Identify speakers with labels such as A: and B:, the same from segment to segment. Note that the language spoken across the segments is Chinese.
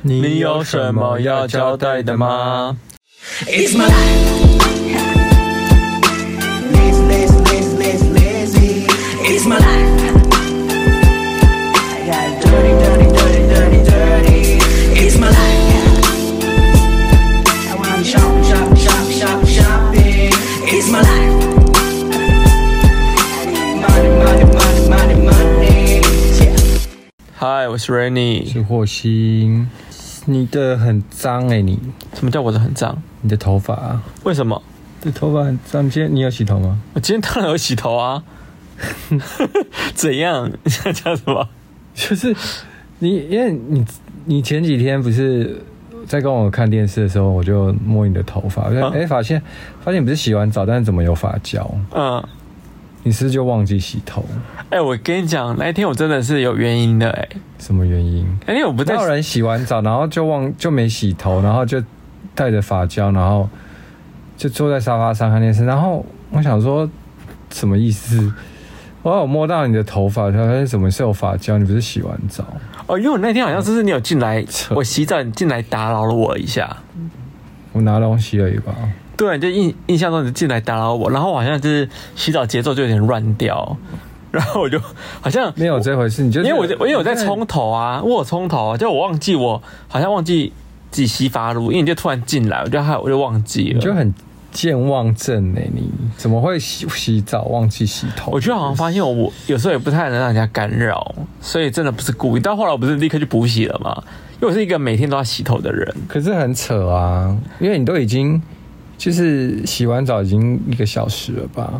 A: 你有什么要交代的吗？
B: It's my life. Lazy, lazy, lazy, lazy, lazy. It's my life. I got dirty, dirty, dirty, dirty, dirty. It's my life. I wanna shop, shop, shop, shop, shopping. It's my life. I need money, money, money, money, money. Yeah.
A: 嗨，我是 Rainy。
C: 是火星，你的很脏哎、你
A: 什么叫我的很脏？
C: 你的头发、啊，
A: 为什么？
C: 你的头发很脏。你现在你有洗头吗？
A: 我今天当然有洗头 啊。怎样？ 你想讲什么？
C: 就是你，因为你你前几天不是在跟我看电视的时候，我就摸你的头发，我就哎、
A: 啊
C: 诶发现发现你不是洗完澡，但是怎么有发胶？
A: 嗯，
C: 你是不是就忘记洗头？
A: 哎、我跟你讲，那一天我真的是有原因的、哎，
C: 什么原因？
A: 那天我不在
C: 哪，有人洗完澡然后就忘就没洗头，然后就带着发胶，然后就坐在沙发上看电视。然后我想说，什么意思？我有摸到你的头发，他说怎么是有发胶？你不是洗完澡？
A: 哦，因为我那天好像嗯就是你有进来，我洗澡，你进来打扰了我一下。
C: 我拿东西而已吧。
A: 对，就印印象中你进来打扰我，然后我好像就是洗澡节奏就有点乱掉，然后我就好像
C: 没有这回事，你就
A: 因为我在我因为我在冲头啊，我有冲头啊，就我忘记我好像忘记自己洗发露，因为你就突然进来，我就害我就忘记
C: 你就
A: 了。
C: 很健忘症哎、你怎么会洗洗澡忘记洗头？
A: 我觉得好像发现我有时候也不太能让人家干扰，所以真的不是故意。到后来我不是立刻去补洗了吗？因为我是一个每天都要洗头的人。
C: 可是很扯啊，因为你都已经就是洗完澡已经一个小时了吧，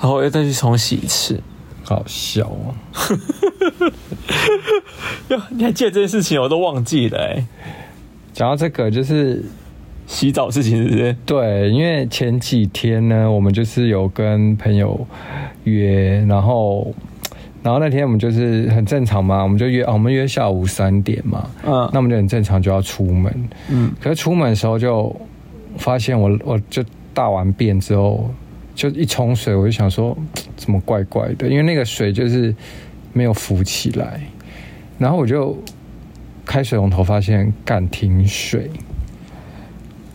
A: 然后又再去重洗一次。
C: 好笑哦、
A: 哟，你还记得这件事情？我都忘记了、欸。
C: 讲到这个，就是
A: 洗澡事情是不是？
C: 对，因为前几天呢，我们就是有跟朋友约，然后，然后那天我们就是很正常嘛，我们就约，啊、我们约下午三点嘛，
A: 嗯
C: 那我们就很正常就要出门，
A: 嗯，
C: 可是出门的时候就发现我，我就大完便之后，就一冲水，我就想说怎么怪怪的，因为那个水就是没有浮起来，然后我就开水龙头发现敢停水。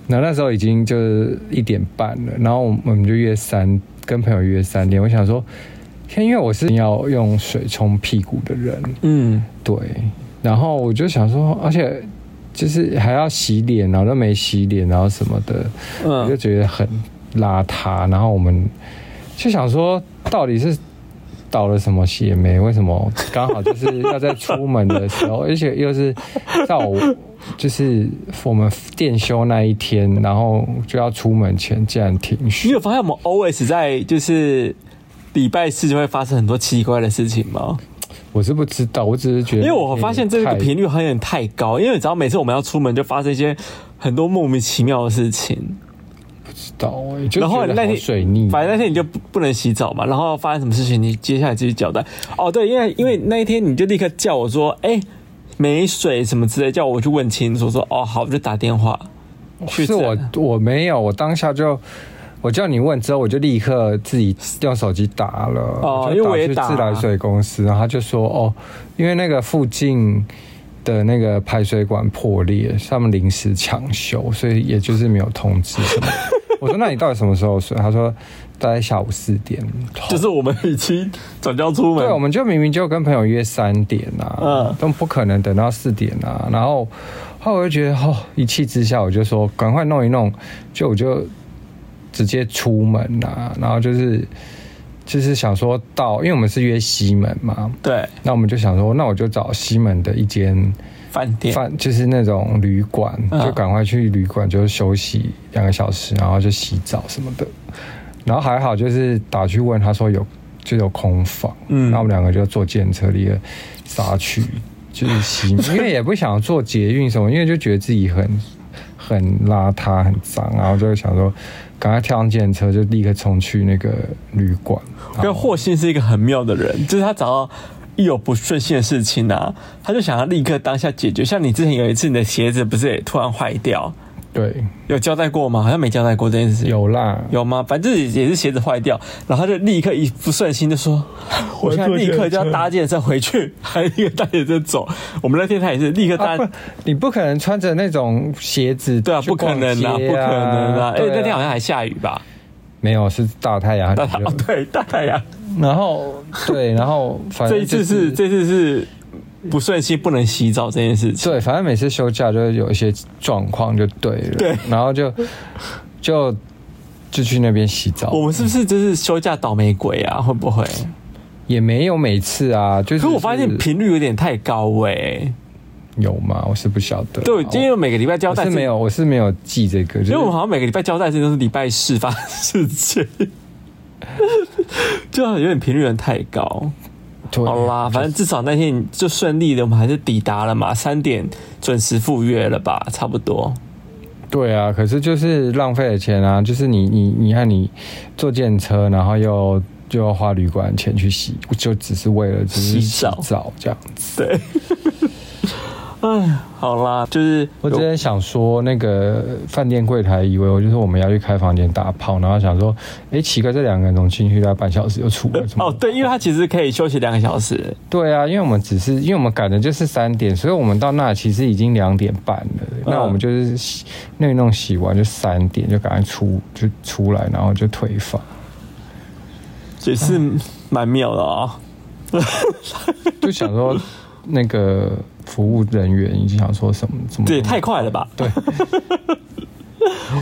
C: 然后那时候已经就是一点半了，然后我们我们就约三，跟朋友约三点。我想说，天，因为我是要用水冲屁股的人，
A: 嗯，
C: 对，然后我就想说，而且就是还要洗脸，然后都没洗脸，然后什么的，
A: 嗯
C: 我就觉得很邋遢。然后我们就想说，到底是倒了什么邪霉？为什么刚好就是要在出门的时候，而且又是到我就是我们店休那一天，然后就要出门前竟然停
A: 你
C: 学。
A: 有发现我们 always 在就是礼拜四就会发生很多奇怪的事情吗？
C: 我是不知道，我只是觉得，
A: 因为我发现这个频
C: 率，
A: 率好像有点太高，因为你知道每次我们要出门就发生一些很多莫名其妙的事情，
C: 就
A: 然后
C: 觉得
A: 那
C: 好
A: 天
C: 水逆，
A: 反正那天你就不不能洗澡嘛，然后发生什么事情你接下来继续交代。哦，对，因为因为那一天你就立刻叫我说，哎、没水什么之类，叫我去问清楚，说哦好，我就打电话。去
C: 是我
A: 整啊
C: 我没有，我当下就我叫你问之后，我就立刻自己用手机打了，
A: 哦
C: 就
A: 因为我也
C: 去
A: 打
C: 自来水公司，然后他就说哦，因为那个附近的那个排水管破裂，是他们临时抢修，所以也就是没有通知 什么。我说那你到底什么时候睡？他说大概下午四点。
A: 就是我们已经转交出门，
C: 对，我们就明明就跟朋友约三点啊，
A: 嗯
C: 都不可能等到四点啊。然后后来我就觉得，哦，一气之下我就说赶快弄一弄，就我就直接出门啊，然后就是就是想说到，因为我们是约西门嘛，
A: 对
C: 那我们就想说，那我就找西门的一间
A: 饭店，
C: 饭，就是那种旅馆，
A: 嗯
C: 就赶快去旅馆就休息两个小时，然后就洗澡什么的。然后还好，就是打去问他说有就有空房，
A: 嗯
C: 那我们两个就坐电车离了沙区，就是洗， 因为也不想坐捷运什么，因为就觉得自己很很邋遢、很脏，然后就想说赶快跳上电车就立刻冲去那个旅馆。然
A: 跟
C: 后
A: 霍信是一个很妙的人，就是他找到一有不顺心的事情啊，他就想要立刻当下解决。像你之前有一次，你的鞋子不是也突然坏掉，
C: 对，
A: 有交代过吗？好像没交代过这件事。
C: 有啦，
A: 有吗？反正也是鞋子坏掉，然后他就立刻一不顺心就说：“我现在立刻就要搭建车回去，还立刻搭建车走。”我们那天他也是立刻搭，
C: 啊不，你不可能穿着那种鞋子、
A: 对啊，不可能啊，
C: 啊，
A: 不可能啊！哎、
C: 对啊
A: 那天好像还下雨吧？
C: 没有是大太阳，
A: 大太哦，对，大太阳。
C: 然后对，然后 反
A: 这
C: 正
A: 一次
C: 就是
A: 这次是不顺心，不能洗澡这件事情。
C: 对，反正每次休假就会有一些状况就对了，
A: 对
C: 然后就就就去那边洗澡
A: 我，们是不是就是休假倒霉鬼啊？会不会？
C: 也没有每次啊，就是
A: 可我发现
C: 是
A: 频率有点太高哎、
C: 有吗？我是不晓得啦，
A: 对，
C: 我
A: 因为每个礼拜交
C: 我
A: 代
C: 哦是没，有，我是没有记这个，就是
A: 因为我们好像每个礼拜交代事情都是礼拜四发生事情， 就有点频率有点太高。
C: 对
A: 好啦，反正至少那天就顺利的，我们还是抵达了嘛，三点准时赴约了吧，差不多。
C: 对啊，可是就是浪费了钱啊！就是你你你看你坐电车，然后又又要花旅馆钱去洗，就只是为了只是
A: 洗
C: 洗
A: 澡
C: 澡这样子。
A: 对， 哎，好啦，就是
C: 我之前想说，那个饭店柜台以为我就是我们要去开房间打炮，然后想说，哎、奇怪，这两个人怎么进去大概半小时就出来？ 怎么
A: 哦，对，因为他其实可以休息两个小时，
C: 对啊，因为我们只是因为我们赶的就是三点，所以我们到那其实已经两点半了。那我们就是洗弄一弄洗完就三点，就赶快出就出来，然后就退房。
A: 也是
C: 哎
A: 蛮妙的啊、
C: 就想 说那个服务人员已经想说什么怎么
A: 这也太快了吧？
C: 嗯 对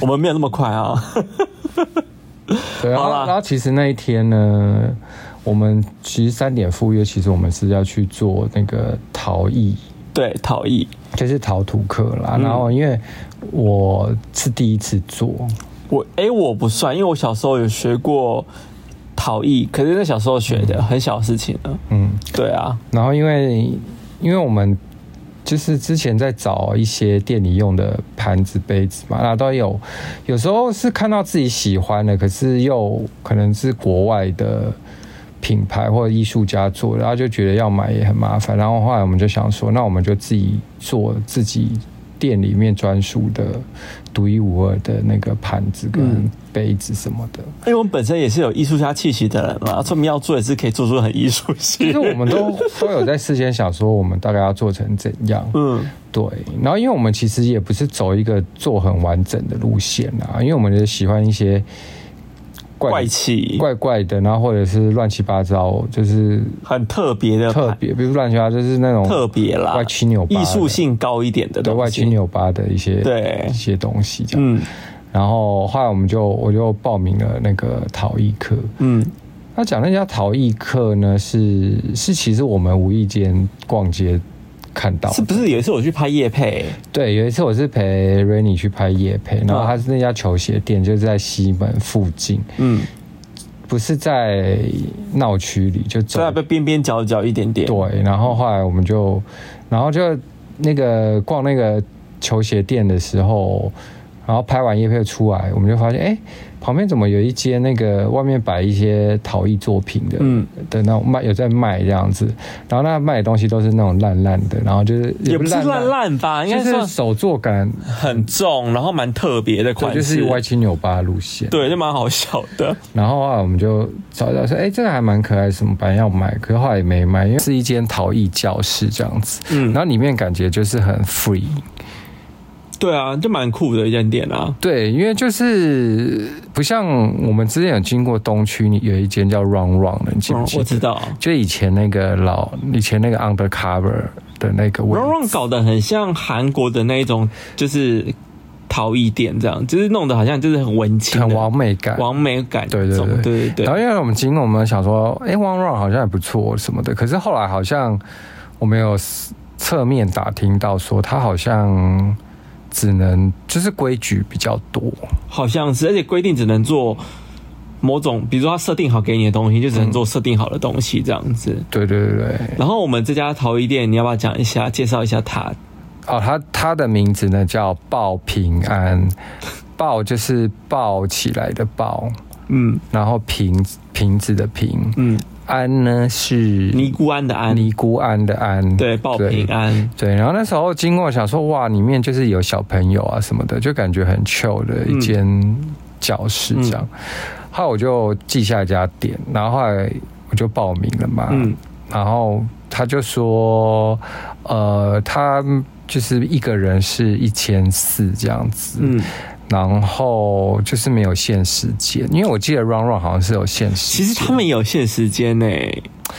A: 我们没有那么快啊。
C: 对，然
A: 好
C: 后
A: 啦
C: 然后其实那一天呢，我们其实三点赴约，其实我们是要去做那个陶艺，
A: 对，陶艺，
C: 就是陶土课啦。
A: 嗯
C: 然后因为我是第一次做，
A: 我哎、我不算，因为我小时候有学过陶艺，可是那小时候学的，很小的事情了。
C: 嗯，
A: 对啊，
C: 然后因为因为我们就是之前在找一些店里用的盘子、杯子嘛，那都有，有时候是看到自己喜欢的，可是又可能是国外的品牌或者艺术家做的，然后就觉得要买也很麻烦，然后后来我们就想说，那我们就自己做自己。店里面专属的、独一无二的那个盘子跟
A: 嗯
C: 杯子什么的，
A: 因为我们本身也是有艺术家气息的人啊嘛，所以我们要做也是可以做出很艺术性
C: 其实。我们都都有在事先想说，我们大概要做成怎样，
A: 嗯，
C: 对，然后因为我们其实也不是走一个做很完整的路线啊，因为我们就喜欢一些怪
A: 怪气，
C: 怪怪的，然后或者是乱七八糟，就是
A: 很特别的
C: 特
A: 牌，
C: 别，比如乱七八糟就是那种
A: 特别啦，
C: 歪七扭八的
A: 艺术性高一点的东
C: 对
A: 西
C: 外七。扭八的一些
A: 对
C: 一些东西这样。
A: 嗯
C: 然后后来我们就我就报名了那个陶艺课，
A: 嗯，
C: 那讲那家陶艺课呢，是是其实我们无意间逛街看到的，
A: 是不是有一次我去拍夜配？
C: 对，有一次我是陪 Rainy 去拍夜配，然后他是那家球鞋店，就是在西门附近，
A: 嗯，
C: 不是在闹区里，就走
A: 在被边边角角一点点。
C: 对。然后后来我们就，然后就那个逛那个球鞋店的时候，然后拍完夜配出来，我们就发现，哎、旁边怎么有一间那个外面摆一些陶艺作品的，
A: 嗯
C: 的那种卖有在卖这样子，然后那卖的东西都是那种烂烂的，然后就是
A: 也不是烂。烂吧，应
C: 就
A: 该
C: 是
A: 算
C: 手作感
A: 很重，然后蛮特别的
C: 对，
A: 款
C: 就
A: 式，
C: 是歪七扭八的路线。，
A: 对，就蛮好笑的。
C: 然后啊，我们就找一找说，哎、这个还蛮可爱，什么本来要买，可是后来也没买，因为是一间陶艺教室这样子。
A: 嗯
C: 然后里面感觉就是很 free，
A: 对啊，就蛮酷的一间店啊。
C: 对，因为就是不像我们之前有经过东区，有一间叫 Run Run 的，你记不
A: 嗯，
C: 记得？
A: 我知道。
C: 就以前那个老，以前那个 Undercover 的那个位
A: Run Run 搞得很像韩国的那一种，就是陶艺店这样，就是弄得好像就是很文青
C: 置，
A: 的、
C: 很完美感，
A: 完美感
C: 对
A: 这
C: 对
A: 种，
C: 对
A: 对对
C: 然
A: 对
C: 后因为我们经过，我们想说，哎、汪 o n 好像也不错什么的，可是后来好像我们有侧面打听到说，他好像只能就是规矩比较多，
A: 好像是，而且规定只能做。某种，比如说他设定好给你的东西，就只能做设定好的东西这样子。
C: 对对对对。
A: 然后我们这家陶艺店，你要不要讲一下，介绍一下它？
C: 哦，他他的名字呢叫报平安，报就是抱起来的抱，
A: 嗯
C: 然后瓶瓶子的瓶，
A: 嗯，
C: 安呢是
A: 尼姑庵的庵，
C: 尼姑庵的庵，
A: 对，报平安，
C: 对，然后那时候经过想说，哇，里面就是有小朋友啊什么的，就感觉很 chill 的一间教室这样。
A: 嗯
C: 后来我就记下来家点，然后后来我就报名了嘛。
A: 嗯
C: 然后他就说，呃，他就是一个人是一千四这样子。
A: 嗯。
C: 然后就是没有限时间，因为我记得 Run Run 好像是有限时
A: 其
C: 间。
A: 实他们也有限时间呢、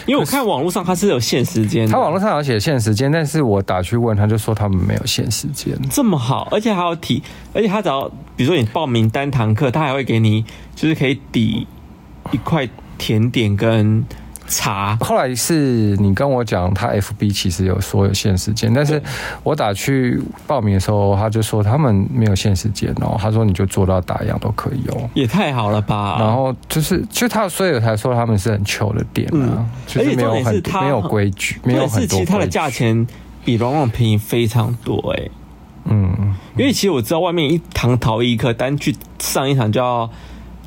A: 因为我看网络上它是有限时间的，
C: 他网络上有写限时间，但是我打去问，他就说他们没有限时间。
A: 这么好，而且还有抵，而且他只要比如说你报名单堂课，他还会给你就是可以抵一块甜点跟茶，
C: 后来是你跟我讲，他 FB 其实有说有限时间，但是我打去报名的时候，他就说他们没有限时间哦，他说你就做到打烊都可以哦。
A: 也太好了吧！
C: 然后就是，就他所以我才说他们是很穷的店啊，
A: 嗯
C: 就是没有
A: 而且重点是
C: 很
A: 他
C: 没有规矩，没
A: 重
C: 有
A: 点
C: 很
A: 是
C: 多
A: 其实它的
C: 规矩。
A: 价钱比软软便宜非常多哎、
C: 嗯，
A: 因为其实我知道外面一堂陶艺课单去上一堂就要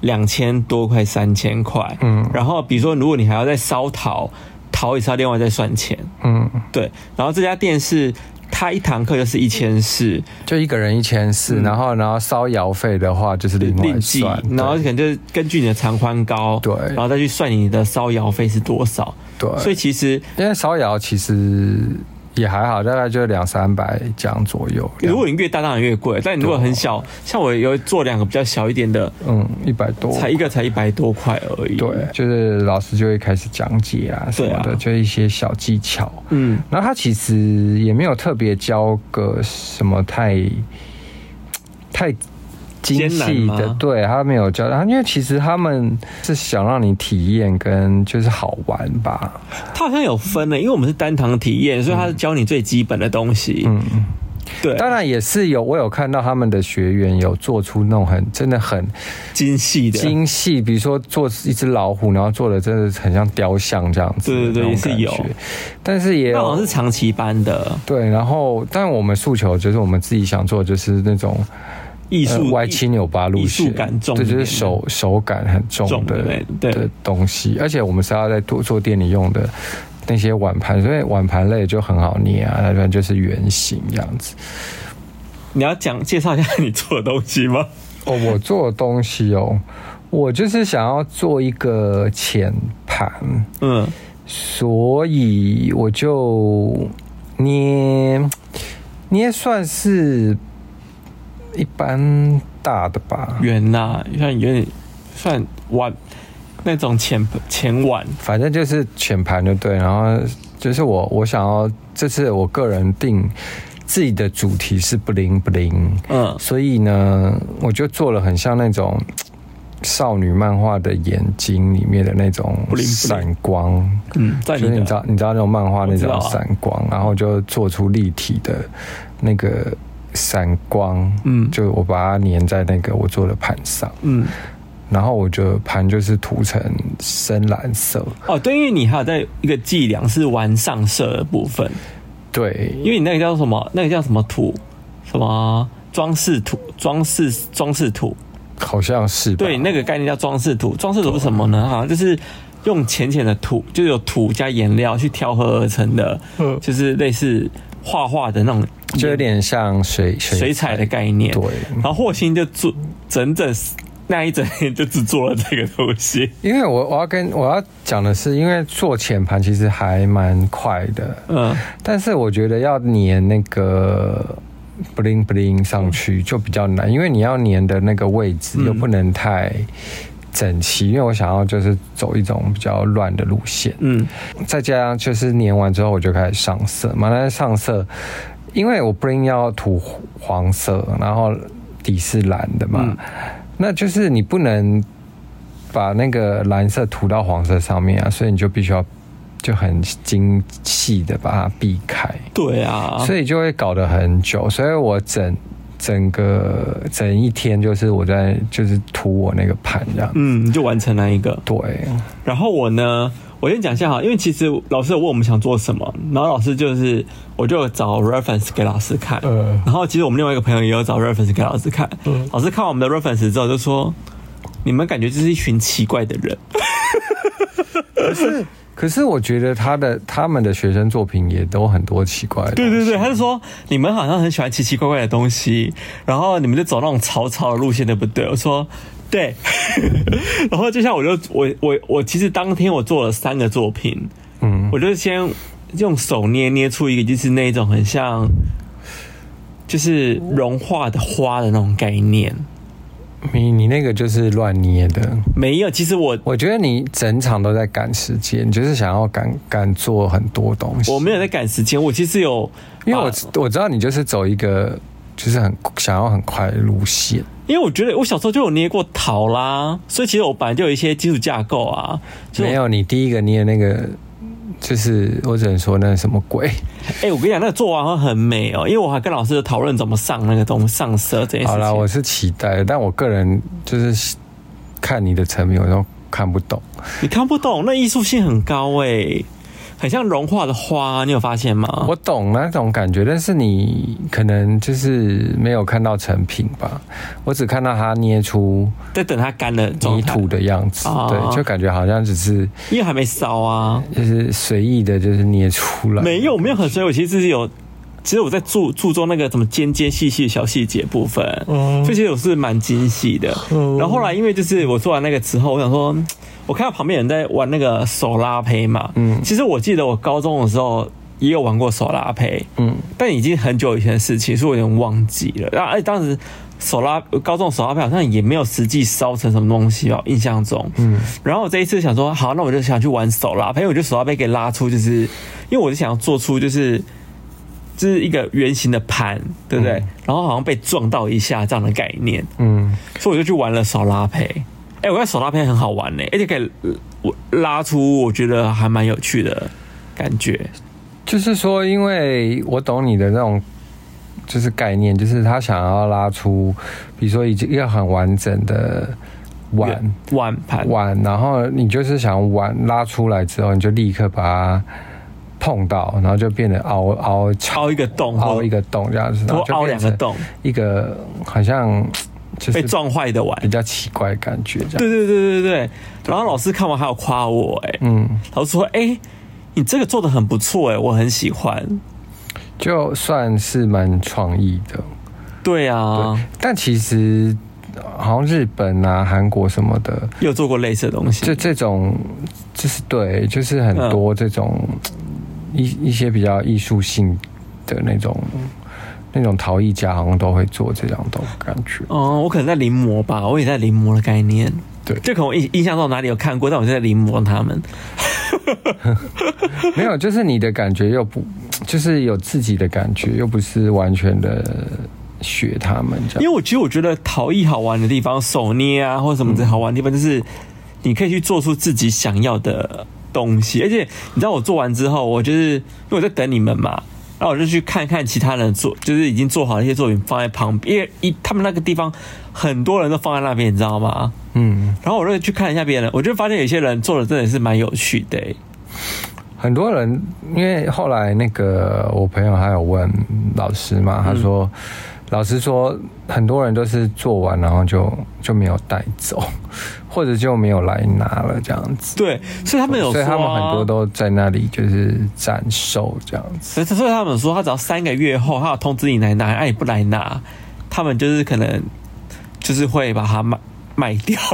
A: 两千多块三千块，
C: 嗯
A: 然后比如说如果你还要再烧陶，陶也是要另外再算钱，
C: 嗯，
A: 对，然后这家店是它一堂课就是一千四，
C: 就一个人一千四，然后然后烧窑费的话就是另外
A: 嗯另计
C: 算，，
A: 然后可
C: 对
A: 能就是根据你的长宽高，
C: 对
A: 然后再去算你的烧窑费是多少，
C: 对
A: 所以其实
C: 因为烧窑其实也还好，大概就两三百这样左右。
A: 如果你越大当然越贵，但你如果很小，像我有做两个比较小一点的，
C: 嗯，一百多，
A: 才一个才一百多块而已，
C: 对，就是老师就会开始讲解啊什么的，
A: 对啊
C: 就一些小技巧。
A: 嗯，
C: 然后他其实也没有特别教个什么太太精细
A: 艰难
C: 的
A: 吗，
C: 对他没有教。然后因为其实他们是想让你体验跟就是好玩吧，
A: 它好像有分的，因为我们是单堂体验，所以它是教你最基本的东西，嗯，对，
C: 当然也是有我有看到他们的学员有做出那种很真的很
A: 精细的，
C: 精细，比如说做一只老虎，然后做的真的很像雕像这样子，
A: 对对对也是有，
C: 但是也
A: 那好像
C: 有
A: 是长期班的
C: 对，然后但我们诉求就是我们自己想做的就是那种
A: 艺术
C: 呃歪七扭八路
A: 艺术
C: 线，
A: 感重一
C: 对，
A: 点
C: 就是手手感很重
A: 重
C: 的
A: 对对
C: 的东西，而且我们是要在做做店里用的。那些碗盘，所以碗盘类就很好捏啊，那边就是圆形这样子。
A: 你要讲介绍一下你做的东西吗？
C: 哦，我做的东西哦，我就是想要做一个浅盘，
A: 嗯，
C: 所以我就捏捏算是一般大的吧，
A: 圆呐、像有点算碗那种浅浅碗，
C: 反正就是浅盘就对。然后就是我我想要这次我个人定自己的主题是不灵不灵，
A: 嗯
C: 所以呢，我就做了很像那种少女漫画的眼睛里面的那种
A: bling
C: 闪光。
A: 嗯，在
C: 就是
A: 你
C: 你知
A: 的
C: 道，你知道那种漫画那
A: 我知道
C: 种
A: 啊
C: 闪光，然后就做出立体的那个闪光，
A: 嗯
C: 就我把它粘在那个我做的盘上，
A: 嗯
C: 然后我就盘就是涂成深蓝色，
A: 哦，对，因为你还有在一个伎俩是玩上色的部分，
C: 对，
A: 因为你那个叫什么？那个叫什么土？什么装饰土？装饰装饰土？
C: 好像是吧
A: 对，那个概念叫装饰土。装饰
C: 啊
A: 土是什么呢？好像就是用浅浅的土，就是有土加颜料去调和而成的，
C: 嗯
A: 就是类似画画的那种，
C: 就有点像水水
A: 水彩的概念。
C: 对，
A: 然后霍星就做整整那一整年就只做了这个东西，
C: 因为我我要跟我要讲的是，因为做浅盘其实还蛮快的，
A: 嗯，
C: 但是我觉得要粘那个 bling bling 上去就比较难，因为你要粘的那个位置又不能太整齐，因为我想要就是走一种比较乱的路线。
A: 嗯，
C: 再加上就是粘完之后我就开始上色嘛，那上色，因为我 bling 要涂黄色，然后底是蓝的嘛，
A: 嗯
C: 那就是你不能把那个蓝色涂到黄色上面啊，所以你就必须要就很精细的把它避开，
A: 对啊，
C: 所以就会搞得很久，所以我整。整个整一天就是我在就是涂我那个盘这样，
A: 嗯，你就完成了一个。
C: 对，
A: 然后我呢，我先讲一下哈，因为其实老师有问我们想做什么，然后老师就是我就找 reference 给老师看，
C: 嗯
A: 然后其实我们另外一个朋友也有找 reference 给老师看，老师看完我们的 reference 之后就说，你们感觉这是一群奇怪的人，
C: 可是我觉得他的他们的学生作品也都很多奇怪的东
A: 对
C: 西，
A: 对对，他就说你们好像很喜欢奇奇怪怪的东西，然后你们就走那种草草的路线，对不对？我说对， 然后就像我就我我我其实当天我做了三个作品，嗯，我就先用手捏捏出一个就是那种很像就是融化的花的那种概念，
C: 你你那个就是乱捏的。
A: 没有，其实我
C: 我觉得你整场都在赶时间，你就是想要赶赶做很多东西。
A: 我没有在赶时间，我其实有把，
C: 因为我、我知道你就是走一个就是很想要很快的路线，
A: 因为我觉得我小时候就有捏过陶啦，所以其实我本来就有一些基础架构啊，就
C: 没有你第一个捏那个，就是我只能说那是什么鬼
A: 哎、我跟你讲，那个做完会很美哦，因为我还跟老师讨论怎么上那个东上色这件事情。
C: 好啦，我是期待的，但我个人就是看你的成品，我都看不懂。
A: 你看不懂，那艺术性很高哎、很像融化的花，你有发现吗？
C: 我懂那种感觉，但是你可能就是没有看到成品吧，我只看到它捏出
A: 在等它干的状
C: 泥
A: 态，
C: 土的样子，
A: 哦
C: 对，就感觉好像只是
A: 因为还没烧啊。
C: 就是随意的，就是捏出来。
A: 没有，没有很深，我其实是有，其实我在注注重那个怎么尖尖细细的小细节部分，所以其实我是蛮精细的。然后后来因为就是我做完那个之后，我想说，嗯我看到旁边有人在玩那个手拉胚嘛，嗯，其实我记得我高中的时候也有玩过手拉胚，
C: 嗯，
A: 但已经很久以前的事情，所以我有点忘记了。然后而且当时手拉高中手拉胚好像也没有实际烧成什么东西吧，我印象中。嗯，然后我这一次想说，好，那我就想去玩手拉胚，因为我觉得手拉胚可以拉出，就是因为我就想要做出就是。就是一个圆形的盘，对不对？然后好像被撞到一下这样的概念，
C: 嗯，
A: 所以我就去玩了手拉胚。哎、我觉得手拉胚很好玩呢、而且可以呃我拉出我觉得还蛮有趣的感觉。
C: 就是说，因为我懂你的那种。就是概念，就是他想要拉出，比如说已经一个很完整的碗，
A: 碗盘，
C: 碗，然后你就是想碗拉出来之后，你就立刻把它碰到，然后就变得凹凹
A: 凹一个洞，
C: 凹一个洞这样子，然
A: 或
C: 后就
A: 凹
C: 变
A: 两个
C: 成
A: 洞，
C: 一个好像就是
A: 被撞坏的碗
C: 比。较奇怪的感觉这样。
A: 对对对对对。然后老师看完还有夸我、哎，
C: 嗯，
A: 老师说，哎、你这个做的很不错，哎，我很喜欢。
C: 就算是蛮创意的，
A: 对啊，
C: 但其实好像日本啊、韩国什么的，
A: 也有做过类似的东西。
C: 就这种就是对，就是很
A: 嗯
C: 多这种、一一些比较艺术性的那种
A: 嗯
C: 那种陶艺家，好像都会做这种东感 觉。
A: 哦，我可能在临摹吧，我也在临摹的概念。
C: 对
A: 就可能我印印象中哪里有看过，但我就在临摹他们。
C: 没有，就是你的感觉又不，就是有自己的感觉，又不是完全的学他们这
A: 因
C: 样。
A: 为我其实我觉得陶艺好玩的地方，手捏啊或者什么的好玩的地方，就是你可以去做出自己想要的东西。而且你知道我做完之后，我就是因为我在等你们嘛，然后我就去看看其他人做，就是已经做好的一些作品放在旁边，因为一他们那个地方很多人都放在那边，你知道吗？
C: 嗯，
A: 然后我就去看一下别人，我就发现有些人做的真的是蛮有趣的、欸
C: 很多人因为后来那个我朋友还有问老师嘛，他说、老师说很多人都是做完然后就就没有带走， 或者就没有来拿了这样子。
A: 对，所以他们有
C: 哦
A: 说、
C: 所以
A: 啊，
C: 他们很多都在那里就是展售这样子。
A: 所以所以他们说，他只要三个月后，他有通知你来拿，哎、你不来拿，他们就是可能就是会把它卖卖掉。